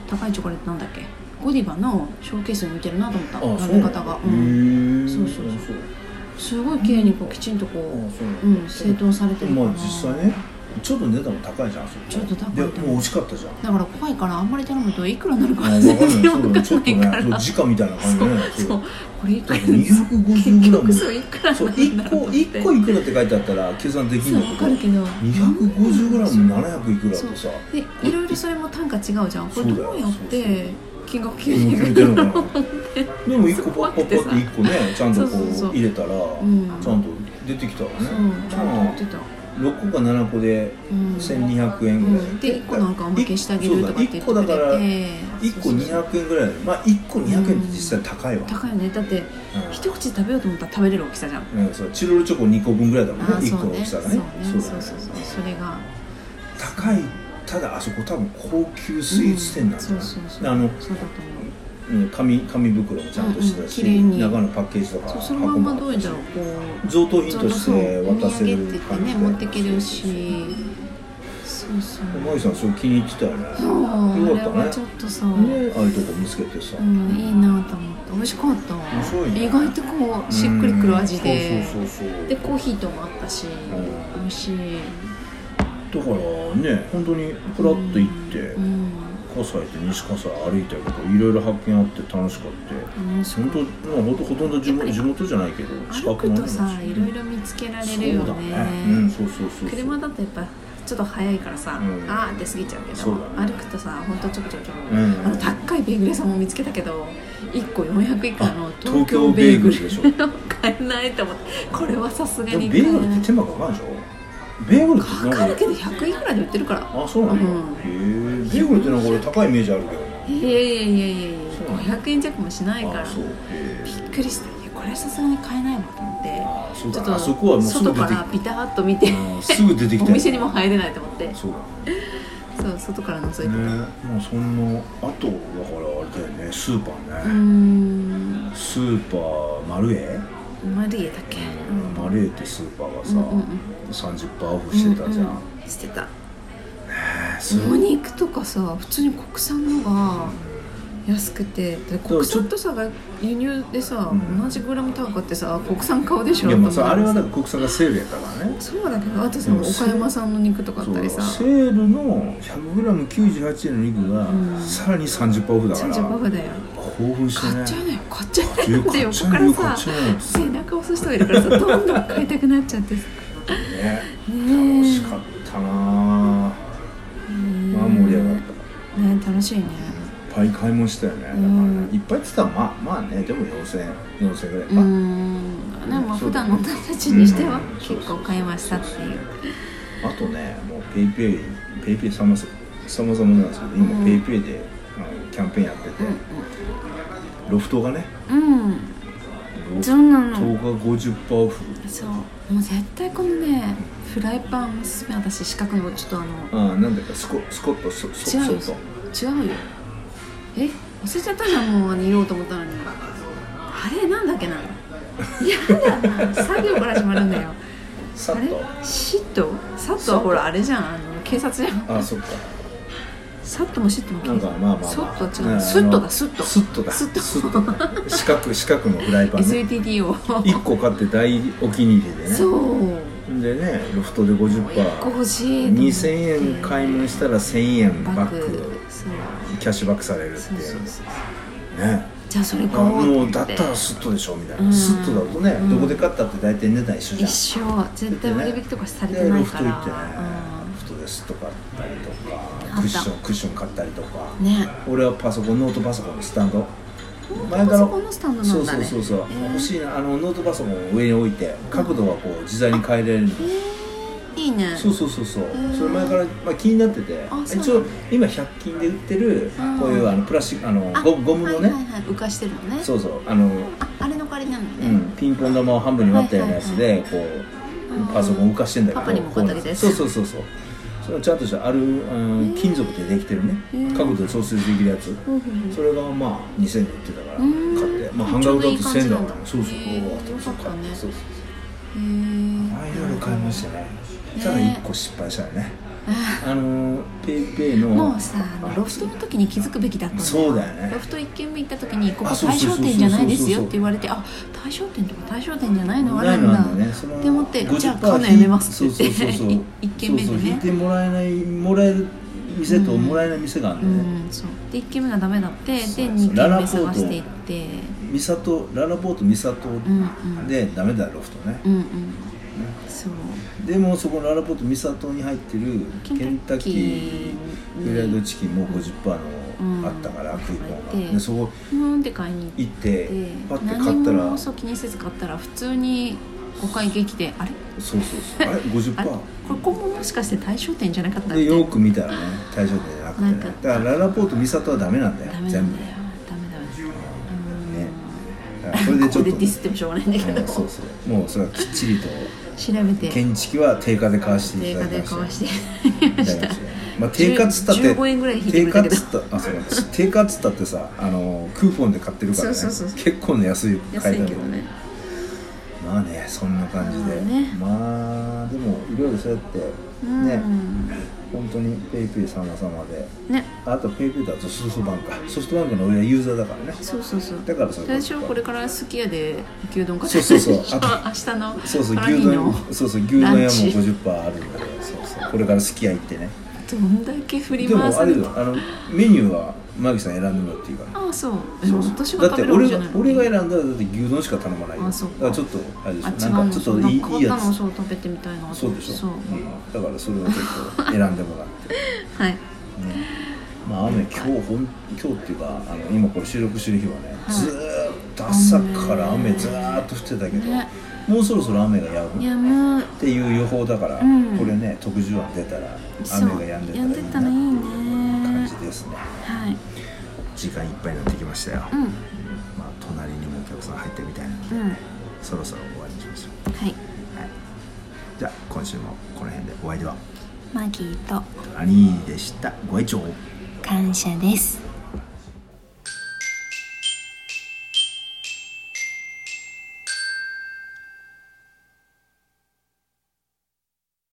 S1: 高いチョコレートなんだっけゴディバのショーケースに似てるなと思った並べ方が、うん、
S2: ん
S1: そうそうそう
S2: そう
S1: すごい綺麗にこうきちんとこ
S2: あ
S1: う、
S2: そうなんだ
S1: うん、整頓されてるか
S2: ま
S1: ら
S2: あ実際ねちょっと値段も高いじゃんそれ
S1: ちょっと高い
S2: で
S1: と
S2: も
S1: 思う
S2: う惜しかったじゃん
S1: だから怖いからあんまり頼むといくらになる
S2: あ
S1: か
S2: わかんない
S1: 全然わかんない
S2: そうだねちょっとね
S1: か
S2: そう
S1: ら
S2: 時価みたいな感じね
S1: そうそうこれいく
S2: だ
S1: ら
S2: って250グラム
S1: そういくら
S2: そう
S1: なんだ
S2: 1
S1: ろ
S2: 個
S1: う
S2: 1個いくらって書いてあったら計算でき
S1: そう
S2: るん
S1: わ
S2: だ
S1: かるけ
S2: けど
S1: ど
S2: 250g700 いくらってさ
S1: でいろいろそれも単価違うじゃんこれどうやって金額決めてる
S2: 決め
S1: ん
S2: て
S1: だ
S2: るの
S1: ろ
S2: か
S1: う
S2: なでも1個パッパッパって1個ねちゃんとこ
S1: そうそうそう
S2: う入れたらち
S1: ん
S2: ゃんと出てきたわ
S1: そう
S2: ね
S1: ち
S2: じ
S1: ゃんとや
S2: ゃ
S1: ってた
S2: あ6個か7個で
S1: うん
S2: 1200円ぐらい
S1: で1個なんかおまけしてあげるとかって言って
S2: そう
S1: くれ
S2: だ
S1: て
S2: 1個だから1個
S1: そうそうそう
S2: 200円ぐらいまあ1個200円って実際高いわ
S1: 高いよねだって
S2: うん
S1: 一口で食べようと思ったら食べれる大きさじゃんあ
S2: うんそうチロルチョコ2個分ぐらいだもんね
S1: あー
S2: 1
S1: そ
S2: 個
S1: う
S2: の大
S1: ね
S2: き
S1: そ
S2: さ
S1: う
S2: が
S1: ね
S2: ね
S1: そう
S2: だ
S1: そうそうそれが
S2: 高いただあそこ多分高級スイーツ店なんだ
S1: そ
S2: よ
S1: うそうそう
S2: であの
S1: そうだと思う
S2: うん紙紙袋もちゃんとしてたし、
S1: うんうん綺麗に
S2: 中のパッケージとか
S1: そうそのまんまどう
S2: い
S1: いうんだろうこう
S2: 贈答品
S1: ちょ
S2: と
S1: うど
S2: し
S1: そう
S2: て
S1: お土
S2: 渡
S1: 産って
S2: せ
S1: 言っ
S2: る
S1: て
S2: 感じ
S1: ね
S2: で
S1: 持ってけるしそうそう
S2: でマギさんそれ気に入ってたよね
S1: そうあ
S2: よ
S1: れ
S2: か
S1: は
S2: っ
S1: ち
S2: た
S1: ょ
S2: ね
S1: っとさ、
S2: ねああいうとこ見つけてさ、
S1: うん、いいなと思って美味しかった
S2: 面白いね
S1: 意外とこうしっくりくる味
S2: う
S1: で
S2: んそうそうそうそう
S1: でコーヒーともあったし、
S2: ん
S1: 美味しい
S2: だからね本当にプラッと行って、
S1: うん
S2: 葛西と西葛西歩いたけどいろいろ発見あって楽しかった
S1: 面白
S2: 本
S1: い
S2: 当まあほとほとんど地元地元じゃないけど
S1: 歩くとさ
S2: ない
S1: い
S2: し
S1: ろいろ見つけられるよ
S2: そうだ
S1: ね
S2: うんそうそうそうそう
S1: 車だとやっぱちょっと早いからさ、
S2: うん
S1: あーって過ぎちゃうけど
S2: そうだね
S1: 歩くとさほんとちょこちょこちょこ、
S2: うん
S1: あの高いベーグル屋さんも見つけたけど1個400以下の
S2: あ
S1: 東京ベーグル
S2: 東京ベー
S1: の 買えないと思ってこれはさすが
S2: でも
S1: に
S2: ベ
S1: 買え
S2: ーグル
S1: な
S2: っ
S1: い
S2: て手間かかるでしょベーグルって
S1: か
S2: な
S1: か
S2: ん
S1: るけど100いくらで売ってるから
S2: あそうなんだ、
S1: うん
S2: へえベーグルってなんか俺高いイメージあるけど
S1: いやいやいやいやいや
S2: そうなんだ
S1: 500円弱もしないから
S2: あそうへ
S1: び
S2: え
S1: っくりしたいやこれはさすがに買えないわと思って
S2: あそう
S1: ちょっ
S2: だあそこは
S1: と
S2: もうす
S1: 外
S2: ぐ出て
S1: か
S2: き
S1: らピタッと見て
S2: うんすぐ出てきた
S1: お店にも入れないと思って
S2: そうだ
S1: そう外から覗いて
S2: ね
S1: た
S2: もうそんなあとだからあれだよねスーパ
S1: うー
S2: ーね、
S1: ん
S2: スーパーマルエ
S1: マリエだっけ、うん
S2: マルエってスーパーがさ、
S1: うんうんうん
S2: 30%オフしてたじゃん、
S1: ううしてた
S2: す
S1: お
S2: ごい
S1: 肉とかさ普通に国産のが安くてで国産とさ輸入でさ、
S2: うん
S1: 同じグラム単価ってさ国産買うでし
S2: い
S1: ょ
S2: やまあさあれはだ
S1: だ
S2: から国産がセールやったからね
S1: そうだけどあとさ
S2: うん
S1: 岡山産の肉とかあっ
S2: そう
S1: たりさ
S2: セールの 100g98 円の肉が、
S1: うん
S2: さらに30%オフだから
S1: 30バカだよ
S2: 興奮して
S1: 買
S2: ね
S1: っちゃうのよ買っちゃ
S2: 買っ
S1: う
S2: ち
S1: の
S2: ゃ
S1: よ
S2: う
S1: って
S2: 買
S1: 横
S2: っちゃう
S1: から
S2: よ買
S1: さ
S2: っちゃうよ
S1: 背中押す人がいるからさどんどん買いたくなっちゃってさ
S2: ね
S1: ね
S2: 楽
S1: え
S2: しかったなあまあ盛り上がっ
S1: ねえ楽しいね
S2: たいっぱい買い物したよねだから
S1: うん
S2: ねいっぱいって言ったらまあまあねでも4000円4000円ぐらいうか、
S1: ーんでもまあ
S2: そう
S1: 普
S2: だ
S1: 段
S2: ね
S1: の私たちにしては
S2: うん
S1: 結構買いましたっていう
S2: あとねもうペイペイペイペイさまささまざまなんですけど今
S1: うん
S2: ペイペイであのキャンペーンやってて、ロフトがね
S1: うん
S2: ロフ
S1: そ
S2: ト
S1: うなの
S2: が50%オフ
S1: そうもう絶対このねフライパンおすすめ私四角のちょっとあの
S2: ああなんだかスコスコットソソ
S1: 違うよ
S2: ソソ
S1: 違うよえ忘れちゃったじゃんもう煮ようと思ったのにあれなんだっけ なやだな作業から始まるんだよ
S2: サ
S1: あ
S2: ッ
S1: れ
S2: と
S1: シットサット
S2: サッ
S1: は
S2: ト
S1: ほらあれじゃんあの警察じゃん
S2: ああそっか
S1: サットもシットも警
S2: なん
S1: 察
S2: かまあまあ、まあ、
S1: ソットは違う
S2: うんあの
S1: スットだスット
S2: スットだ
S1: スット
S2: だね四角四角のフライパンね
S1: SUTD を
S2: 一個買って大お気に入りでね
S1: そう
S2: でねロフトで50%
S1: 1個欲しいと思って
S2: 2000円買い物したら1000円
S1: バ
S2: バ
S1: ッ
S2: ッ
S1: ク
S2: ク
S1: そう
S2: キャッシュバックされるって
S1: そう
S2: い
S1: そううそう
S2: ね
S1: じゃあそれ
S2: あ
S1: 買おうと
S2: も
S1: 思
S2: う
S1: って
S2: だったらスッとでしょみたいうなんスッとだとね
S1: うん
S2: どこで買ったって大体値段一緒じゃん
S1: 一生絶対割引とかされて
S2: で
S1: な
S2: ロ
S1: い
S2: フ
S1: か
S2: ト
S1: ら
S2: 行ってねロフトでスッと買ったりと
S1: た
S2: かクッションクッション買ったりとか
S1: うんね
S2: 俺はパソコンノートパソコンのスタンド
S1: パソコンのスタンドなんだね
S2: そうそうそうそう、
S1: へー
S2: 欲しいなあのノートパソコンを上に置いて角度はこう自在に変えられる
S1: えいいね
S2: そうそうそうそう
S1: ー
S2: それ前から、まあ、気になってて
S1: あそうなんだ
S2: 一応今100均で売ってる
S1: うん
S2: こういうあのプラスチックあの
S1: あ
S2: ゴゴム
S1: はいは
S2: のね、
S1: いはい、浮かしてるのね
S2: そうそうあの、
S1: ああれの代わりなの
S2: う
S1: ね、
S2: ん、ピンポン玉を半分に割ったようなやつで、こ
S1: うん
S2: うパソコン浮かしてんだけど
S1: パパにも
S2: こうなん
S1: 買ってあげて
S2: ですそうそうそうそうそれはちゃんとしたある、うん、金属でできてるね
S1: へー
S2: 角度で調節できるやつ
S1: うんうん
S2: それがまあ2000円で売ってたから
S1: うーん
S2: 買ってまあ半額だ
S1: ち
S2: と
S1: ょうどいい感じ
S2: 1000だ
S1: なんだ
S2: からそうそう
S1: へー
S2: おー
S1: よかったね
S2: そうそうそ
S1: う
S2: う
S1: んへえ
S2: ああいろいろ買いましたね
S1: ね
S2: ただ一個失敗したよねあのペイペイの
S1: もうさあのロフトの時に気づくべきだったんだ
S2: そうだよね
S1: ロフト1軒目行った時に「ここ
S2: あそう
S1: 大
S2: そう
S1: 正
S2: そうそう
S1: 店じゃないですよ」って言われて「あ大正店とか大正店じゃないのあ
S2: な
S1: る
S2: い
S1: ん
S2: の
S1: だ
S2: あ」んだねその
S1: って思って
S2: 50%
S1: じゃあ買うのやめますって言って
S2: そうそうそうそう
S1: 一軒目でね
S2: そうそう引いてもらえないもらえる店ともらえない店がある
S1: うん
S2: だね
S1: んそうで1軒目がダメだってで
S2: そうそう
S1: 2
S2: ラ
S1: 軒
S2: ラポ
S1: 目
S2: ート
S1: 探していって
S2: 三郷ララポート三郷
S1: うんうん
S2: でダメだロフトね
S1: うんうんそう
S2: でもそこのララポート三郷に入ってる
S1: ケ
S2: ケ
S1: ン
S2: ン
S1: タ
S2: タ
S1: ッ
S2: ッ
S1: キ
S2: キ
S1: ー
S2: ーフライドチキンも50%
S1: うん
S2: のあったからクーポン
S1: う
S2: が
S1: ん
S2: でそこ
S1: ふーんって買いに行って
S2: 行ってパッて買
S1: 何
S2: ったら
S1: もそう気にせず買ったら普通にお会計来てあれ
S2: そうそうそうあれ50%
S1: あれこれ今後もしかして大正店じゃなかったっ
S2: で
S1: け
S2: よく見たらね大丈夫じゃなくて、
S1: なん
S2: ね
S1: か、
S2: だからララポート三郷はダメなんだよ
S1: ダメな
S2: 全
S1: ん
S2: 部
S1: だよダメダメ
S2: ねだから
S1: そ
S2: そ
S1: れ
S2: れ
S1: で
S2: で
S1: ち
S2: ち
S1: ょ
S2: ょ
S1: っ
S2: っ
S1: と
S2: と
S1: ディスってもしょうがないんだけど
S2: うんそうそうもうそれはきっちりと
S1: 調べて
S2: 建築は定価で買わしてい
S1: 定
S2: た
S1: 価
S2: だ
S1: で
S2: きました
S1: かわして
S2: いただきましたまあ定価っつったって
S1: 15円ぐらい引いてくれたけど
S2: 定価っつったあそうなんです定価っつったってさあのクーポンで買ってるからね
S1: そうそうそう
S2: 結構の安い
S1: 安
S2: 買え
S1: い
S2: た
S1: けどね
S2: まあねそんな感じで、
S1: まあね
S2: まあでもいろいろそうやってね、
S1: うん
S2: 本当にペイペイ様々で
S1: ね
S2: あとペイペイだとソフトバンクかソフトバンクの俺はユーザーだからね
S1: そうそうそう
S2: だからそれ
S1: 最初これからすき家で牛丼買って
S2: そうそうそ
S1: 明
S2: う
S1: 日の
S2: そうそう
S1: カラリ
S2: 牛
S1: ーの
S2: 丼そうそう牛丼屋も
S1: ランチ
S2: 50%あるんだけどそうそうこれからすき家行ってね
S1: どんだけ振り
S2: でも
S1: 回
S2: あ
S1: さ
S2: れ
S1: れ
S2: よ
S1: た
S2: あのメニューはマギさん選んでもらっていいから
S1: ああそうでも私が
S2: だっ
S1: 食
S2: て
S1: べるわけ
S2: 俺
S1: じゃ
S2: が
S1: ない
S2: 俺が選んだらだって牛丼しか頼まないよ
S1: あそうか
S2: だからちょっとあれでし
S1: あ
S2: ょ
S1: 違う
S2: な
S1: の
S2: んかちょっ
S1: そう
S2: と
S1: ない
S2: い
S1: ん
S2: い
S1: か
S2: い
S1: 変
S2: い
S1: わ
S2: や
S1: ったの
S2: つ
S1: そう食べてみたいなと
S2: そ
S1: 思
S2: う
S1: っ
S2: で
S1: て
S2: しょ
S1: そう
S2: うんだからそれをちょっと選んでもらって
S1: はい
S2: ねまあ雨今日ほん今日っていうかあの今これ収録してる日はね、
S1: はい
S2: ずーっと朝から雨ずーっと降ってたけど、
S1: ね
S2: もうそろそろ雨が止む
S1: いやもう
S2: っていう予報だから、
S1: うん
S2: これね特需案出たら
S1: そう
S2: 雨が止んでたら
S1: やんでたらいい
S2: いい
S1: ね
S2: な感じですね
S1: はい
S2: 時間いっぱいになってきましたよ、
S1: うん
S2: まあ隣にもお客さん入ってみたいなので、
S1: うんは
S2: そろそろ終わりにしましょ、
S1: いう
S2: はい、じゃあ今週もこの辺でお相手は
S1: マギーと
S2: トラニーでしたご愛聴
S1: 感謝です